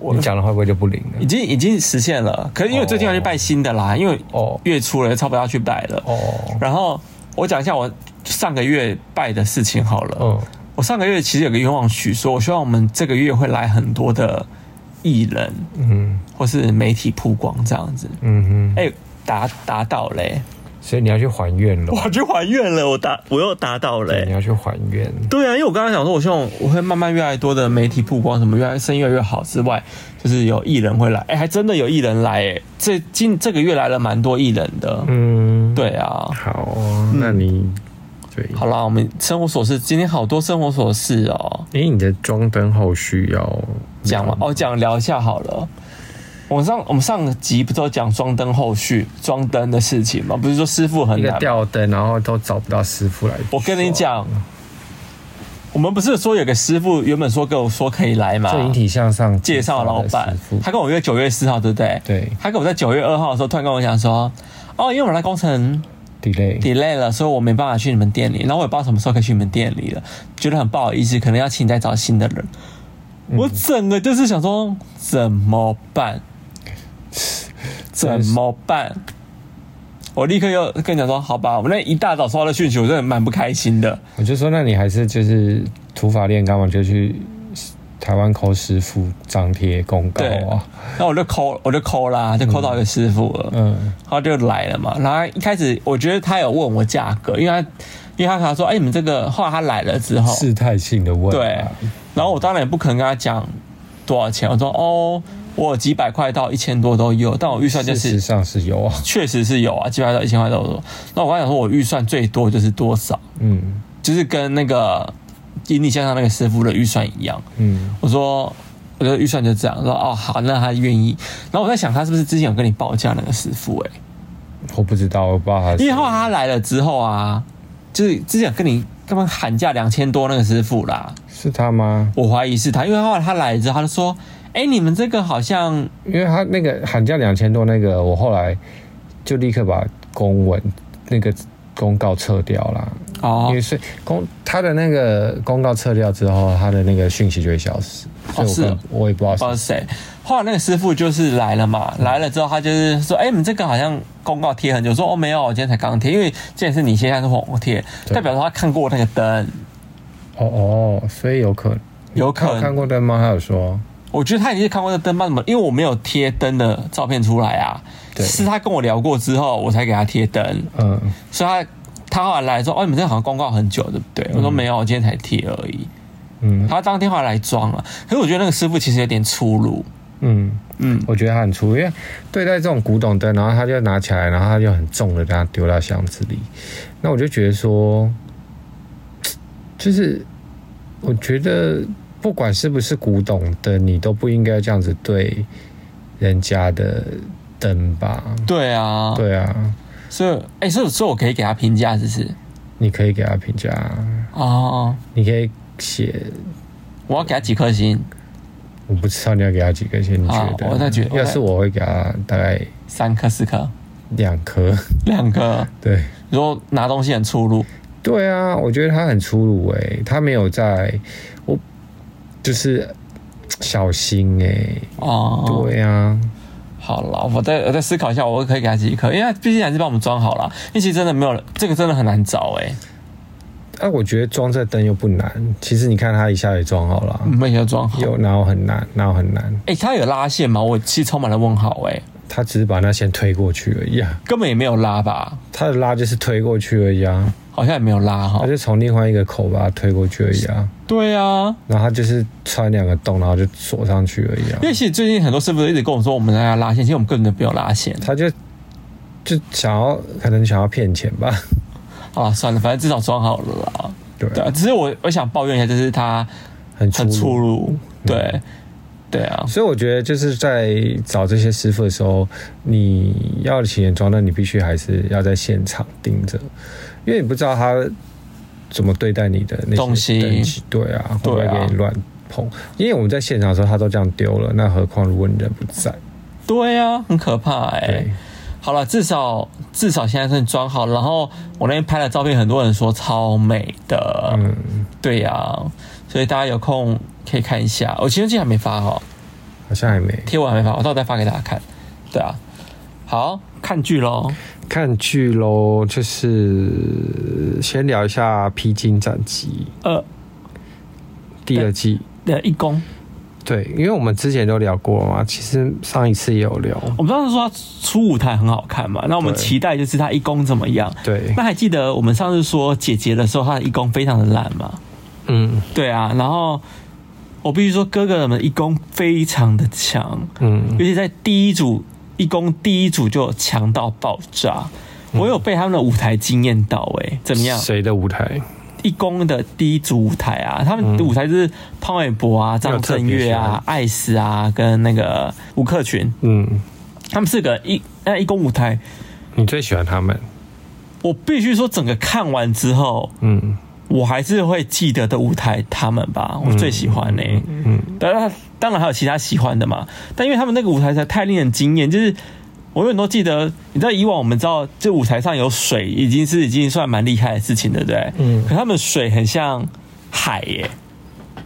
A: 我
C: 你讲的话会不会就不灵
A: 已
C: 了？
A: 经已经实现了，可是因为最近要去拜新的啦，因为
C: 哦
A: 月初了，差不多要去拜了。
C: 哦，
A: 然后我讲一下我上个月拜的事情好了。
C: 嗯
A: 我上个月其实有个愿望许说，我希望我们这个月会来很多的艺人
C: 嗯
A: 或是媒体曝光这样子。
C: 嗯嗯，
A: 哎、达达到嘞、
C: 所以你要去还愿了。
A: 我去还愿了，我达我又达到嘞、
C: 对，你要去还愿。
A: 对啊，因为我刚刚讲说，我希望我会慢慢越来越多的媒体曝光，什么越来生意越来越好之外，就是有艺人会来，哎、还真的有艺人来、哎，这今这个月来了蛮多艺人的，
C: 嗯，
A: 对啊。
C: 好哦，那你对
A: 好啦，我们生活琐事，今天好多生活琐事哦，
C: 哎、你的装灯后续要
A: 讲
C: 嗯
A: 嘛，哦，讲聊一下好了。我们上我们上集不都讲装灯后续装灯的事情吗？不是说师傅很
C: 一个
A: 难吗
C: 吊灯，然后都找不到师傅来。
A: 我跟你，讲，我们不是说有个师傅原本说跟我说可以来吗？
C: 这引体向上
A: 啊介绍老板
C: 师傅，
A: 他跟我约九月四号，对不对？
C: 对
A: 他跟我在九月二号的时候，突然跟我讲说，哦，因为我来工程
C: delay，
A: delay 了，所以我没办法去你们店里，然后我也不知道什么时候可以去你们店里了，觉得很不好意思，可能要请你再找新的人。我整个就是想说，怎么办？
C: 的
A: 怎
C: 是
A: 么办？我立刻又跟你讲说，好吧，我那一大早收到的讯息，我真的蛮不开心的。
C: 我就说那你还是就是土法炼钢嘛，就去台湾抠师傅张贴公告
A: 对
C: 啊。
A: 然后我就抠，我就抠啦，就抠到一个师傅了。
C: 嗯，
A: 他就来了嘛。然后一开始我觉得他有问我价格，因为他因为他他说，哎、你们这个后来他来了之后，
C: 试探性的问、
A: 对
C: 啊，，
A: 然后我当然也不可能跟他讲多少钱，我说哦，我有几百块到一千多都有，但我预算就
C: 事实
A: 是。
C: 上是有啊。
A: 确实是有啊，几百到一千块都有。那我刚才讲说，我预算最多就是多少，
C: 嗯
A: 就是跟那个引你向上那个师傅的预算一样。
C: 嗯，
A: 我说，我的预算就这样。说哦，好，那他愿意。然后我在想，他是不是之前有跟你报价那个师傅、欸？
C: 我不知道，我不知道他是
A: 因为后来他来了之后啊，就是之前跟你干嘛喊价两千多那个师傅啦，
C: 是他吗？
A: 我怀疑是他，因为后来他来了之后，他就说：“哎、你们这个好像
C: 因为他那个喊价两千多那个，我后来就立刻把公文那个公告撤掉啦。
A: 哦
C: 因为是公他的那个公告撤掉之后，他的那个讯息就会消失，所以我
A: 是
C: 根
A: 哦
C: 我也不知道
A: 不知道
C: 是
A: 是谁。后来那个师傅就是来了嘛，来了之后他就是说：“哎、你们这个好像公告贴很久。”我说：“哦，没有，我今天才刚贴，因为既然是你现在是红贴，
C: 对
A: 代表说他看过那个灯。
C: 哦哦，所以有可能
A: 有可能
C: 他有看过灯吗？他有说
A: 我觉得他已经看过那灯吧，怎么？因为我没有贴灯的照片出来啊，
C: 对
A: 是他跟我聊过之后，我才给他贴灯。
C: 嗯
A: 所以他他后来来说：‘哦，你们这个好像公告很久，对不对？’我说：‘没有，我今天才贴而已。’
C: 嗯
A: 他当天后来来装了，可是我觉得那个师傅其实有点粗鲁。
C: 嗯，
A: 嗯，
C: 我觉得他很粗，因为对待这种古董灯，然后他就拿起来，然后他就很重的把它丢到箱子里。那我就觉得说，就是我觉得不管是不是古董灯，你都不应该这样子对人家的灯吧？
A: 对啊，
C: 对啊，
A: 所以哎、所以所以我可以给他评价，只是
C: 你可以给他评价，
A: 哦，
C: 你可以写。
A: 我要给他几颗星，
C: 我不知道你要给他几颗星，你觉得？
A: 啊好我再觉我再
C: 要是我会给他大概
A: 三颗、四颗、
C: 两颗，
A: 两颗。
C: 对。
A: 你说拿东西很粗鲁，
C: 对啊，我觉得他很粗鲁哎、他没有在，我就是小心哎、
A: 哦，，
C: 对啊，
A: 好了，我再我再思考一下，我可以给他几颗，因为他毕竟还是帮我们装好了，因为其实真的没有人，这个真的很难找哎、
C: 啊，我觉得装这灯又不难，其实你看他一下也装好了，啊
A: 我们也要装好。
C: 有哪有很难，哪有很难，
A: 哎、他有拉线吗？我其实充满了问号哎、
C: 他只是把那线推过去而已啊，
A: 根本也没有拉吧，
C: 他的拉就是推过去而已啊，
A: 好像也没有拉哈
C: 他。就从另外一个口把它推过去而已啊，
A: 对啊，
C: 然后他就是穿两个洞，然后就锁上去而已啊
A: 因，为其实最近很多师傅都一直跟我们说我们要拉线，其实我们根本就不用拉线。
C: 他就就想要可能想要骗钱吧，
A: 啊，算了，反正至少装好了啦。
C: 对，
A: 对啊，只是我我想抱怨一下，就是他
C: 很粗
A: 很
C: 鲁。
A: 粗鲁，嗯对，对啊，
C: 所以我觉得就是在找这些师傅的时候，你要请人装，那你必须还是要在现场盯着，因为你不知道他怎么对待你的那些
A: 东西
C: 东西对啊，会
A: 对啊
C: 不会给你乱碰？因为我们在现场的时候，他都这样丢了，那何况如果你人不在，
A: 对啊，很可怕哎、
C: 对，
A: 好了，至少至少现在算装好。然后我那天拍的照片，很多人说超美的，
C: 嗯，
A: 对呀、所以大家有空可以看一下。我情人节还没发哦，
C: 好像还没
A: 贴文还没发，我到时候再发给大家看。对啊，好看剧喽。
C: 看剧喽，就是先聊一下《披荆斩棘
A: 呃，》
C: 第二季。
A: 的一公，
C: 对，因为我们之前都聊过嘛，其实上一次也有聊。
A: 我们上次说他初舞台很好看嘛，那我们
C: 对
A: 期待就是他一公怎么样。
C: 对
A: 那，还记得我们上次说姐姐的时候，她的义工非常的烂嘛？
C: 嗯
A: 对啊，然后我必须说哥哥们义工非常的强，
C: 嗯，
A: 尤其在第一组义工第一组就强到爆炸，
C: 嗯
A: 我有被他们的舞台惊艳到哎、怎么样？
C: 谁的舞台？
A: 义工的第一组舞台啊，他们的舞台就是潘玮柏
C: 嗯
A: 啊、张震岳啊、艾斯啊跟那个吴克群，
C: 嗯，
A: 他们四个一那义工舞台，
C: 你最喜欢他们？
A: 我必须说整个看完之后。
C: 嗯
A: 我还是会记得的舞台他们吧，我最喜欢呢、
C: 嗯，
A: 当然，当然还有其他喜欢的嘛，但因为他们那个舞台实在太令人惊艳，就是我永远都记得。你知道以往我们知道，这舞台上有水已经是已经算蛮厉害的事情，对不对？
C: 嗯
A: 可他们水很像海耶、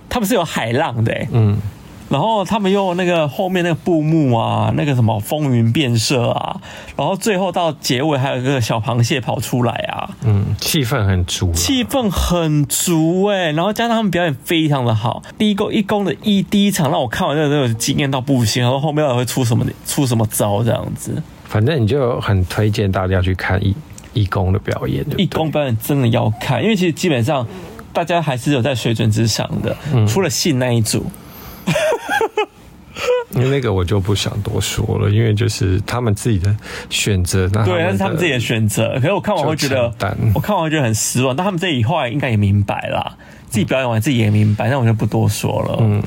A: 他们是有海浪的、欸，
C: 嗯，
A: 然后他们又那个后面那个布幕啊，那个什么风云变色啊，然后最后到结尾还有一个小螃蟹跑出来啊，
C: 嗯，气氛很足啊。
A: 气氛很足哎、然后加上他们表演非常的好，第一个一公的一第一场让我看完真的有惊艳到不行，然后后面到底会出什么出什么招这样子，
C: 反正你就很推荐大家去看义义工的表演，对不对
A: 一公表演真的要看，因为其实基本上大家还是有在水准之上的，除了信那一组，
C: 因为那个我就不想多说了，因为就是他们自己的选择。那
A: 对，那
C: 的
A: 是他们自己的选择。可是我看完会觉得
C: 就承担，
A: 我看完会觉得很失望，但他们这一后来应该也明白啦，自己表演完自己也明白，那我就不多说了。嗯，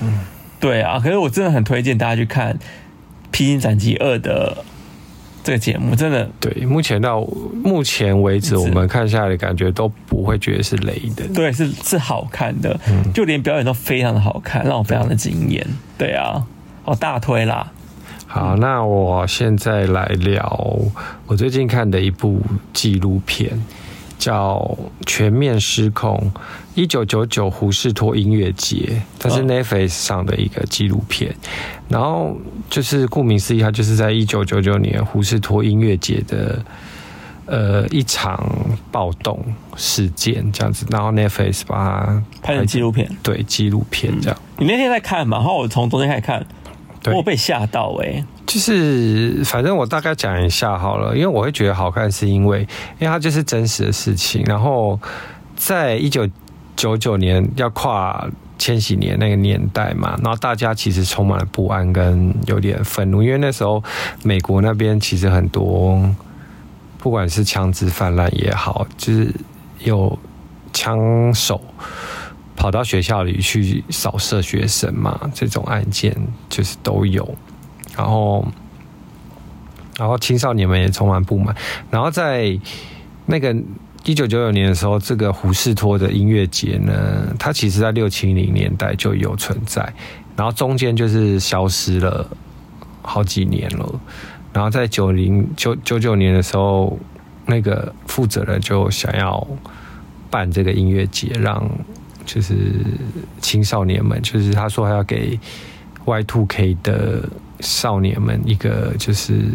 A: 对啊，可是我真的很推荐大家去看《披荆斩棘二》的这个节目，真的，
C: 对，目前到目前为止，我们看下来的感觉都不会觉得是雷的。
A: 对，是是好看的，就连表演都非常的好看，让我非常的惊艳。对啊，我大推啦。
C: 好，那我现在来聊我最近看的一部纪录片，叫《全面失控》，一九九九胡士托音乐节，它是
A: 哦
C: Netflix 上的一个纪录片。然后就是顾名思义，它就是在一九九九年胡士托音乐节的呃一场暴动事件这样子，然后 Netflix 把它
A: 拍成纪录片。
C: 对纪录片这样。
A: 你那天在看嘛？然后我从中间开始看，我
C: 对。
A: 有被吓到哎、
C: 就是反正我大概讲一下好了，因为我会觉得好看，是因为因为它就是真实的事情。然后在一九九九年要跨千禧年那个年代嘛，然后大家其实充满了不安跟有点愤怒，因为那时候美国那边其实很多，不管是枪支泛滥也好，就是有枪手。跑到学校里去扫射学生嘛，这种案件就是都有。然后，然后青少年们也充满不满。然后在那个一九九九年的时候，这个胡士托的音乐节呢，它其实在六七零年代就有存在，然后中间就是消失了好几年了。然后在九零九九九年的时候，那个负责人就想要办这个音乐节，让就是青少年们，就是他说他要给 Y Two K 的少年们一个就是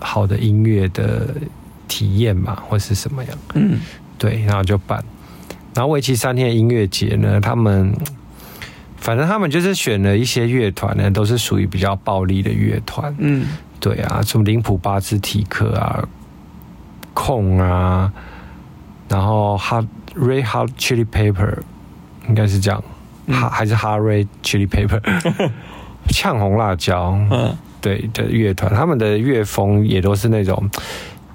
C: 好的音乐的体验嘛，或是什么样？嗯，对，然后就办，然后为期三天的音乐节呢，他们反正他们就是选了一些乐团呢，都是属于比较暴力的乐团，
A: 嗯，
C: 对啊，什么林普巴兹提克啊、控啊，然后哈 Ray Hot Chili Pepper 应该是这样，哈、还是哈 Ray Chili Pepper 呛红辣椒，
A: 嗯，
C: 对的乐团，他们的乐风也都是那种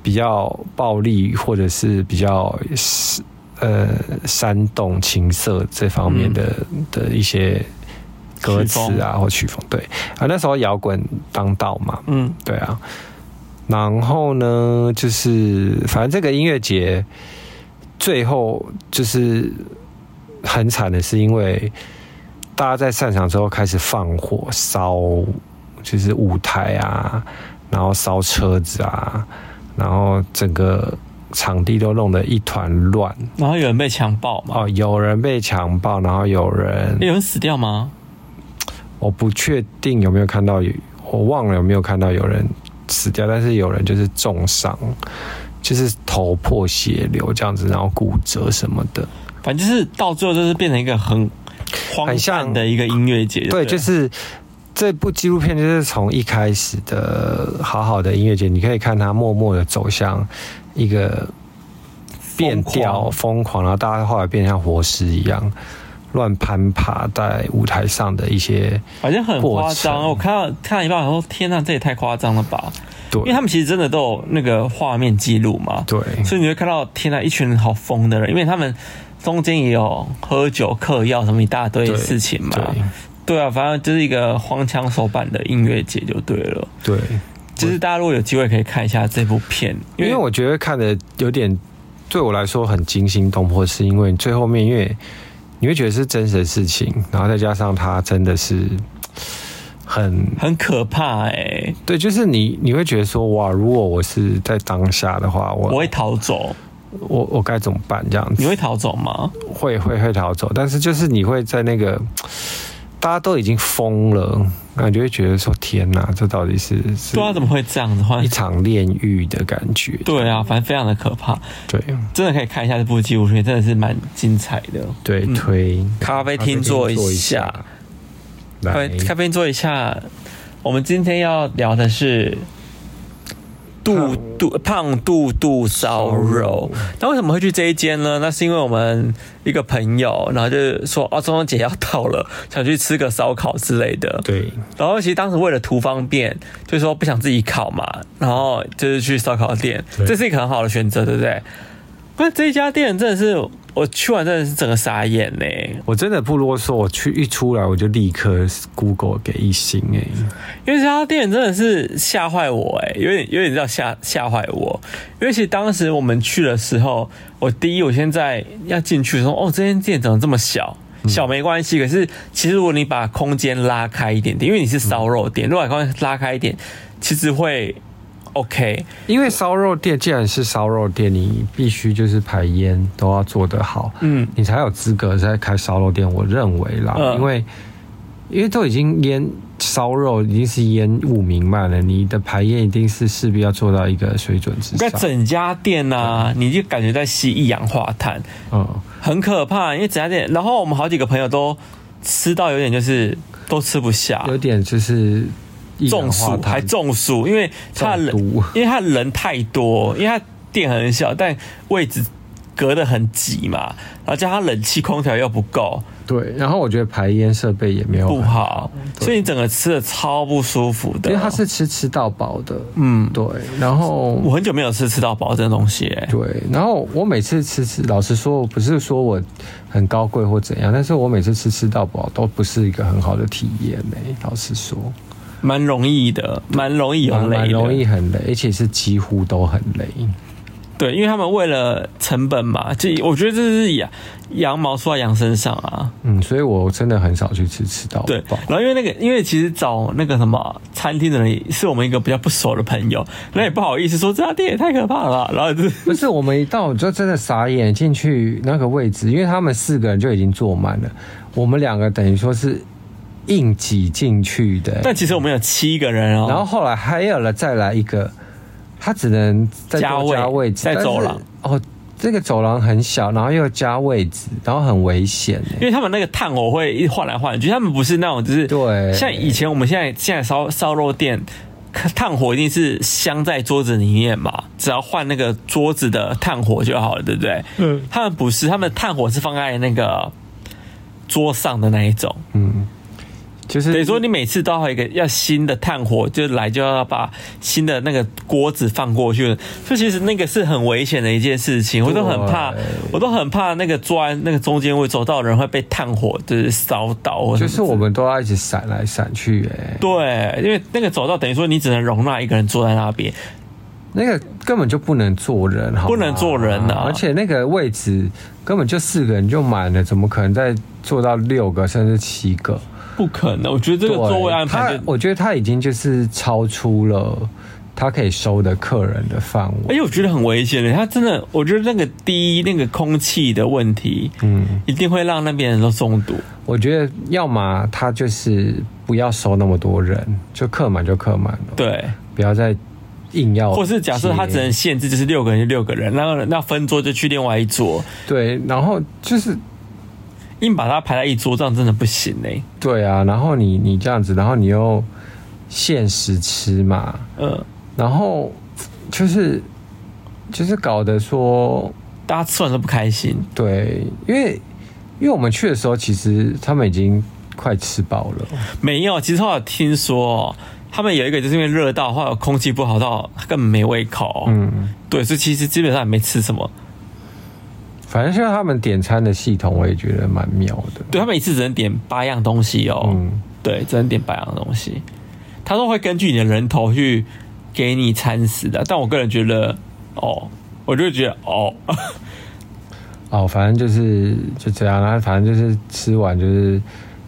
C: 比较暴力或者是比较呃煽动情色这方面的、的一些歌词啊或嗯曲风，对啊，那时候摇滚当道嘛，
A: 嗯，
C: 对啊。然后呢，就是反正这个音乐节最后就是很惨的是，因为大家在散场之后开始放火烧，就是舞台啊，然后烧车子啊，然后整个场地都弄得一团乱。
A: 然后有人被强暴嘛？
C: 哦，有人被强暴，然后有人
A: 有人死掉吗？
C: 我不确定有没有看到有，我忘了有没有看到有人死掉，但是有人就是重伤，就是头破血流这样子，然后骨折什么的。
A: 反正就是到最后就是变成一个很荒
C: 很像
A: 诞的一个音乐节，
C: 对，
A: 不
C: 就是这部纪录片就是从一开始的好好的音乐节，你可以看它默默的走向一个变调
A: 疯狂
C: 疯狂，然后大家后来变像活尸一样乱攀爬在舞台上的一些
A: 反正很夸
C: 过
A: 张。
C: 程
A: 我看到看到一半，我说天呐，这也太夸张了吧！
C: 对，
A: 因为他们其实真的都有那个画面记录嘛，
C: 对
A: 所以你会看到天呐，一群人好疯的人，因为他们中间也有喝酒、嗑药什么一大堆
C: 对
A: 事情嘛。
C: 对
A: 对啊，反正就是一个荒腔手板的音乐节就对了。
C: 对。
A: 就是大家如果有机会可以看一下这部片，因为
C: 因为我觉得看的有点对我来说很惊心动魄，是因为最后面，因为你会觉得是真实的事情，然后再加上它真的是很
A: 很可怕哎、
C: 对，就是你你会觉得说哇，如果我是在当下的话，我
A: 我会逃走，
C: 我我该怎么办这样子？
A: 你会逃走吗？
C: 会会会逃走，但是就是你会在那个大家都已经疯了，那你就会觉得说天哪，这到底是是
A: 对啊，怎么会这样子？换
C: 一场炼狱的感觉？
A: 对啊，反正非常的可怕，
C: 对
A: 真的可以看一下这部纪录片，真的是蛮精彩的。
C: 对推。
A: 嗯咖啡厅坐一下，
C: 来，
A: 咖啡咖啡厅坐一下。我们今天要聊的是肚肚胖肚肚烧肉。那为什么会去这一间呢？那是因为我们一个朋友，然后就是说哦，中秋节要到了，想去吃个烧烤之类的。
C: 对
A: 然后其实当时为了图方便，就是说不想自己烤嘛，然后就是去烧烤店，
C: 对
A: 这是一个很好的选择，对不对？那这一家店真的是我去完真的是整个傻眼呢、
C: 我真的不啰嗦，我去一出来我就立刻 Google 给一星哎、
A: 因为这家店真的是吓坏我哎、有点有点叫吓吓坏我。因为其实当时我们去的时候，我第一我现在要进去的时候，哦，这间店怎么这么小？小没关系，可是其实如果你把空间拉开一点点，因为你是烧肉店，如果把空间拉开一点，其实会 OK，
C: 因为烧肉店既然是烧肉店，你必须就是排烟都要做得好，
A: 嗯
C: 你才有资格在开烧肉店。我认为啦，
A: 嗯
C: 因为因为都已经烟烧肉已经是烟雾弥漫了，你的排烟一定是势必要做到一个水准之
A: 在
C: 上。
A: 整家店呐、啊，你就感觉在吸一氧化碳，
C: 嗯，
A: 很可怕。因为整家店，然后我们好几个朋友都吃到有点就是都吃不下，
C: 有点就是一氧
A: 中
C: 化
A: 暑
C: 碳
A: 还中暑，因为他人
C: 中毒
A: 因为他人太多，因为他店很小，但位置隔得很挤嘛，然后加上冷气空调又不够
C: 对，然后我觉得排烟设备也没有
A: 不
C: 很，
A: 好，所以你整个吃的超不舒服的。
C: 因为它是吃吃到饱的，
A: 嗯，
C: 对，然后
A: 我很久没有吃吃到饱这种东西、欸，
C: 对，然后我每次吃吃，老实说，我不是说我很高贵或怎样，但是我每次吃吃到饱都不是一个很好的体验呢、老实说，
A: 蛮容易的，蛮容易有
C: 蛮
A: 累的，
C: 蛮容易很累，而且是几乎都很累。
A: 对，因为他们为了成本嘛，这我觉得这是羊羊毛出在羊身上啊。
C: 嗯，所以我真的很少去吃吃到
A: 对
C: 饱，。
A: 然后因为那个，因为其实找那个什么餐厅的人是我们一个比较不熟的朋友，那也不好意思说这家店也太可怕了吧，然后就是
C: 不是我们一到就真的傻眼进去那个位置，因为他们四个人就已经坐满了，我们两个等于说是硬挤进去的、
A: 但其实我们有七个人哦，
C: 然后后来还有了再来一个，他只能再
A: 加
C: 多
A: 位
C: 加位置，
A: 在
C: 但是
A: 走廊
C: 哦。这个走廊很小，然后又加位置，然后很危险欸耶
A: 因为他们那个炭火会一直换来换去，他们不是那种就是
C: 对
A: 像以前我们现在现在烧烧肉店。炭火一定是镶在桌子里面嘛，只要换那个桌子的炭火就好了，对不对？嗯，他们不是，他们炭火是放在那个桌上的那一种，
C: 就是
A: 等于说你每次都要有一个要新的炭火，就来就要把新的那个锅子放过去，所以其实那个是很危险的一件事情，我都很怕
C: 对，
A: 我都很怕那个砖那个中间会走到的人会被炭火就是烧到或什么
C: 就
A: 之类的，
C: 是我们都要一直闪来闪去，哎，
A: 对，因为那个走道等于说你只能容纳一个人坐在那边，
C: 那个根本就不能坐人，好吗
A: 不能坐人啊
C: 而且那个位置根本就四个人就满了，怎么可能再坐到六个甚至七个？
A: 不可能。我觉得这个
C: 对
A: 座位安排
C: 他
A: 就，
C: 我觉得他已经就是超出了他可以收的客人的范围。
A: 而哎且我觉得很危险的，他真的，我觉得那个第一那个空气的问题，
C: 嗯，
A: 一定会让那边人都中毒。
C: 我觉得要么他就是不要收那么多人，就客满就客满了，，
A: 对。
C: 不要再硬要接，
A: 或是假设他
C: 哦
A: 只能限制就是六个人就六个人，然后那分桌就去另外一桌，
C: 对，然后就是
A: 硬把它排在一桌，这样真的不行欸嘞、
C: 对啊，然后你你这样子，然后你又限时吃嘛，
A: 嗯，
C: 然后就是就是搞得说，
A: 大家吃完都不开心，
C: 对，因为因为我们去的时候，其实他们已经快吃饱了，
A: 没有。其实我有听说，哦他们有一个就是因为热到，或者空气不好到，根本没胃口。嗯，
C: 嗯。
A: 对，所以其实基本上也没吃什么。
C: 反正像他们点餐的系统，我也觉得蛮妙的。
A: 对他们一次只能点八样东西哦。
C: 嗯
A: 对，只能点八样东西。他说会根据你的人头去给你餐食的，但我个人觉得，哦，我就觉得哦，
C: 哦，反正就是就这样，然后反正就是吃完就是，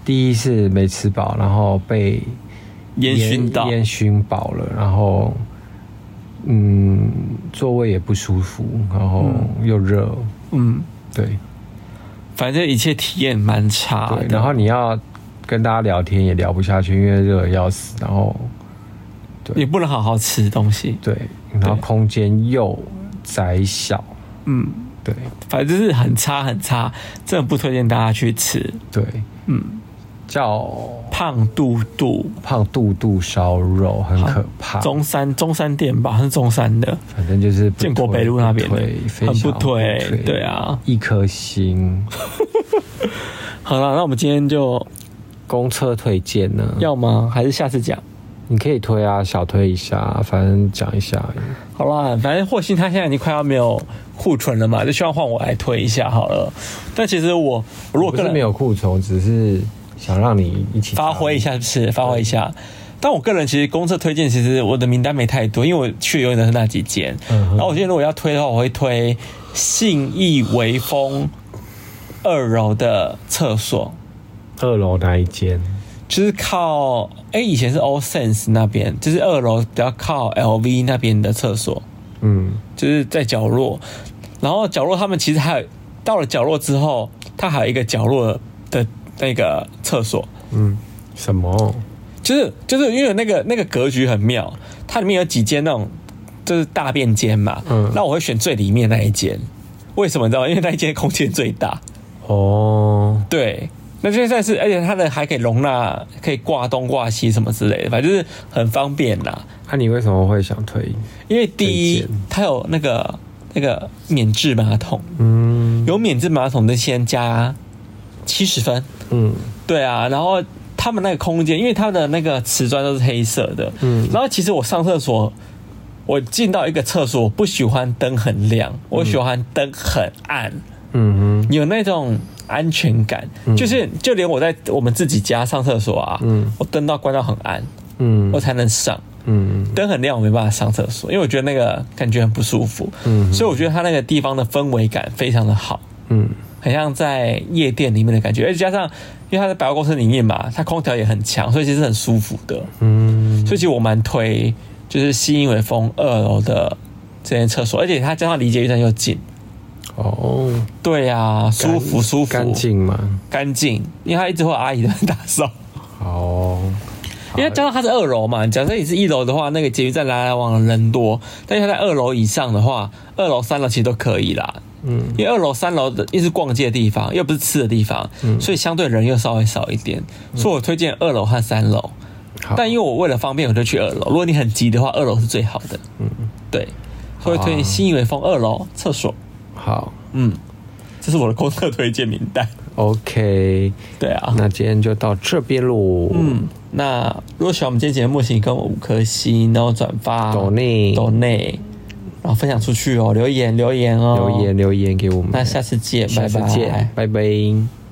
C: 第一是没吃饱，然后被
A: 烟熏到，
C: 烟熏饱了，然后嗯，座位也不舒服，然后又热，
A: 嗯。
C: 对
A: 反正一切体验蛮差
C: 对，
A: 的。
C: 啊然后你要跟大家聊天也聊不下去，因为热得要死，然后
A: 也不能好好吃东西，
C: 对，然后
A: 对
C: 空间又窄小，
A: 嗯，
C: 对
A: 反正就是很差很差，真的不推荐大家去吃
C: 对，嗯，叫
A: 胖嘟嘟。
C: 胖肚肚烧肉很可怕，
A: 中山中山店吧，是中山的，
C: 反正就是啊不
A: 建国北路那边的
C: 推非
A: 很不
C: 常
A: 推对啊
C: 一颗星。
A: 好了，那我们今天就
C: 公车推荐呢？
A: 要吗？还是下次讲？
C: 你可以推啊，小推一下，反正讲一下而已。
A: 好啦，反正霍信他现在已经快要没有库存了嘛，就希望换我来推一下好了。但其实我我如果个
C: 不是
A: 人
C: 没有库存，只是想让你一起
A: 发挥一。下，是不是发挥一下。但我个人其实公测推荐，其实我的名单没太多，因为我去的永远都是那几间。
C: 嗯哼
A: 然后我今天如果要推的话，我会推信义微风二楼的厕所，
C: 二楼那一间？
A: 就是靠哎、以前是 All Sense 那边，就是二楼比较靠 LV 那边的厕所，
D: 嗯，
A: 就是在角落。然后角落他们其实还有到了角落之后，它还有一个角落的那个厕所，
D: 什么？
A: 就是就是因为那个那个格局很妙，它里面有几间那种就是大便间嘛，
D: 嗯
A: 那我会选最里面那一间，为什么你知道吗？因为那一间空间最大，
D: 哦，
A: 对，那就算是而且它的还可以容纳可以挂东挂西什么之类的，反正就是很方便啦。
D: 那、啊你为什么会想退？
A: 因为第一
D: 推荐，
A: 它有那个那个免治马桶，
D: 嗯
A: 有免治马桶的先加七十分，
D: 嗯
A: 对啊，然后他们那个空间，因为他们的那个瓷砖都是黑色的，
D: 嗯
A: 然后其实我上厕所，我进到一个厕所，我不喜欢灯很亮，我喜欢灯很暗，
D: 嗯哼
A: 有那种安全感，就是就连我在我们自己家上厕所啊，
D: 嗯
A: 我灯都要关到很暗，
D: 嗯
A: 我才能上。
D: 嗯
A: 灯很亮，我没办法上厕所，因为我觉得那个感觉很不舒服。
D: 嗯
A: 所以我觉得它那个地方的氛围感非常的好，
D: 嗯
A: 很像在夜店里面的感觉，而且加上因为它在百货公司里面嘛，它空调也很强，所以其实很舒服的。
D: 嗯
A: 所以其实我蛮推就是西英伟峰二楼的这间厕所，而且它加上离捷运站又近。
D: 哦，
A: 对呀、舒
D: 干
A: 服舒服，
D: 干净嘛。
A: 干净，因为它一直会有阿姨在打扫。
D: 哦，
A: 因为加上它是二楼嘛，假设你是一楼的话，那个捷运站来来往往的人多；但是它在二楼以上的话，二楼、三楼其实都可以啦。嗯，因为二楼、三楼的又是逛街的地方，又不是吃的地方，所以相对人又稍微少一点。所以我推荐二楼和三楼，
D: 好
A: 但因为我为了方便，我就去二楼。如果你很急的话，二楼是最好的。嗯，啊对，所以推荐新义威风二楼厕所。
D: 好
A: 嗯，这是我的功课推荐名单。
D: ，OK，
A: 对啊，
D: 那今天就到这边喽。
A: 嗯，那如果喜欢我们今天节目，请给我们五颗星，然后转发、
D: 抖内
A: 抖内，然后分享出去哦，留言、留言哦，
D: 留言。留言给我们，
A: 那下次见，
D: 下次
A: 拜拜
D: 见，拜拜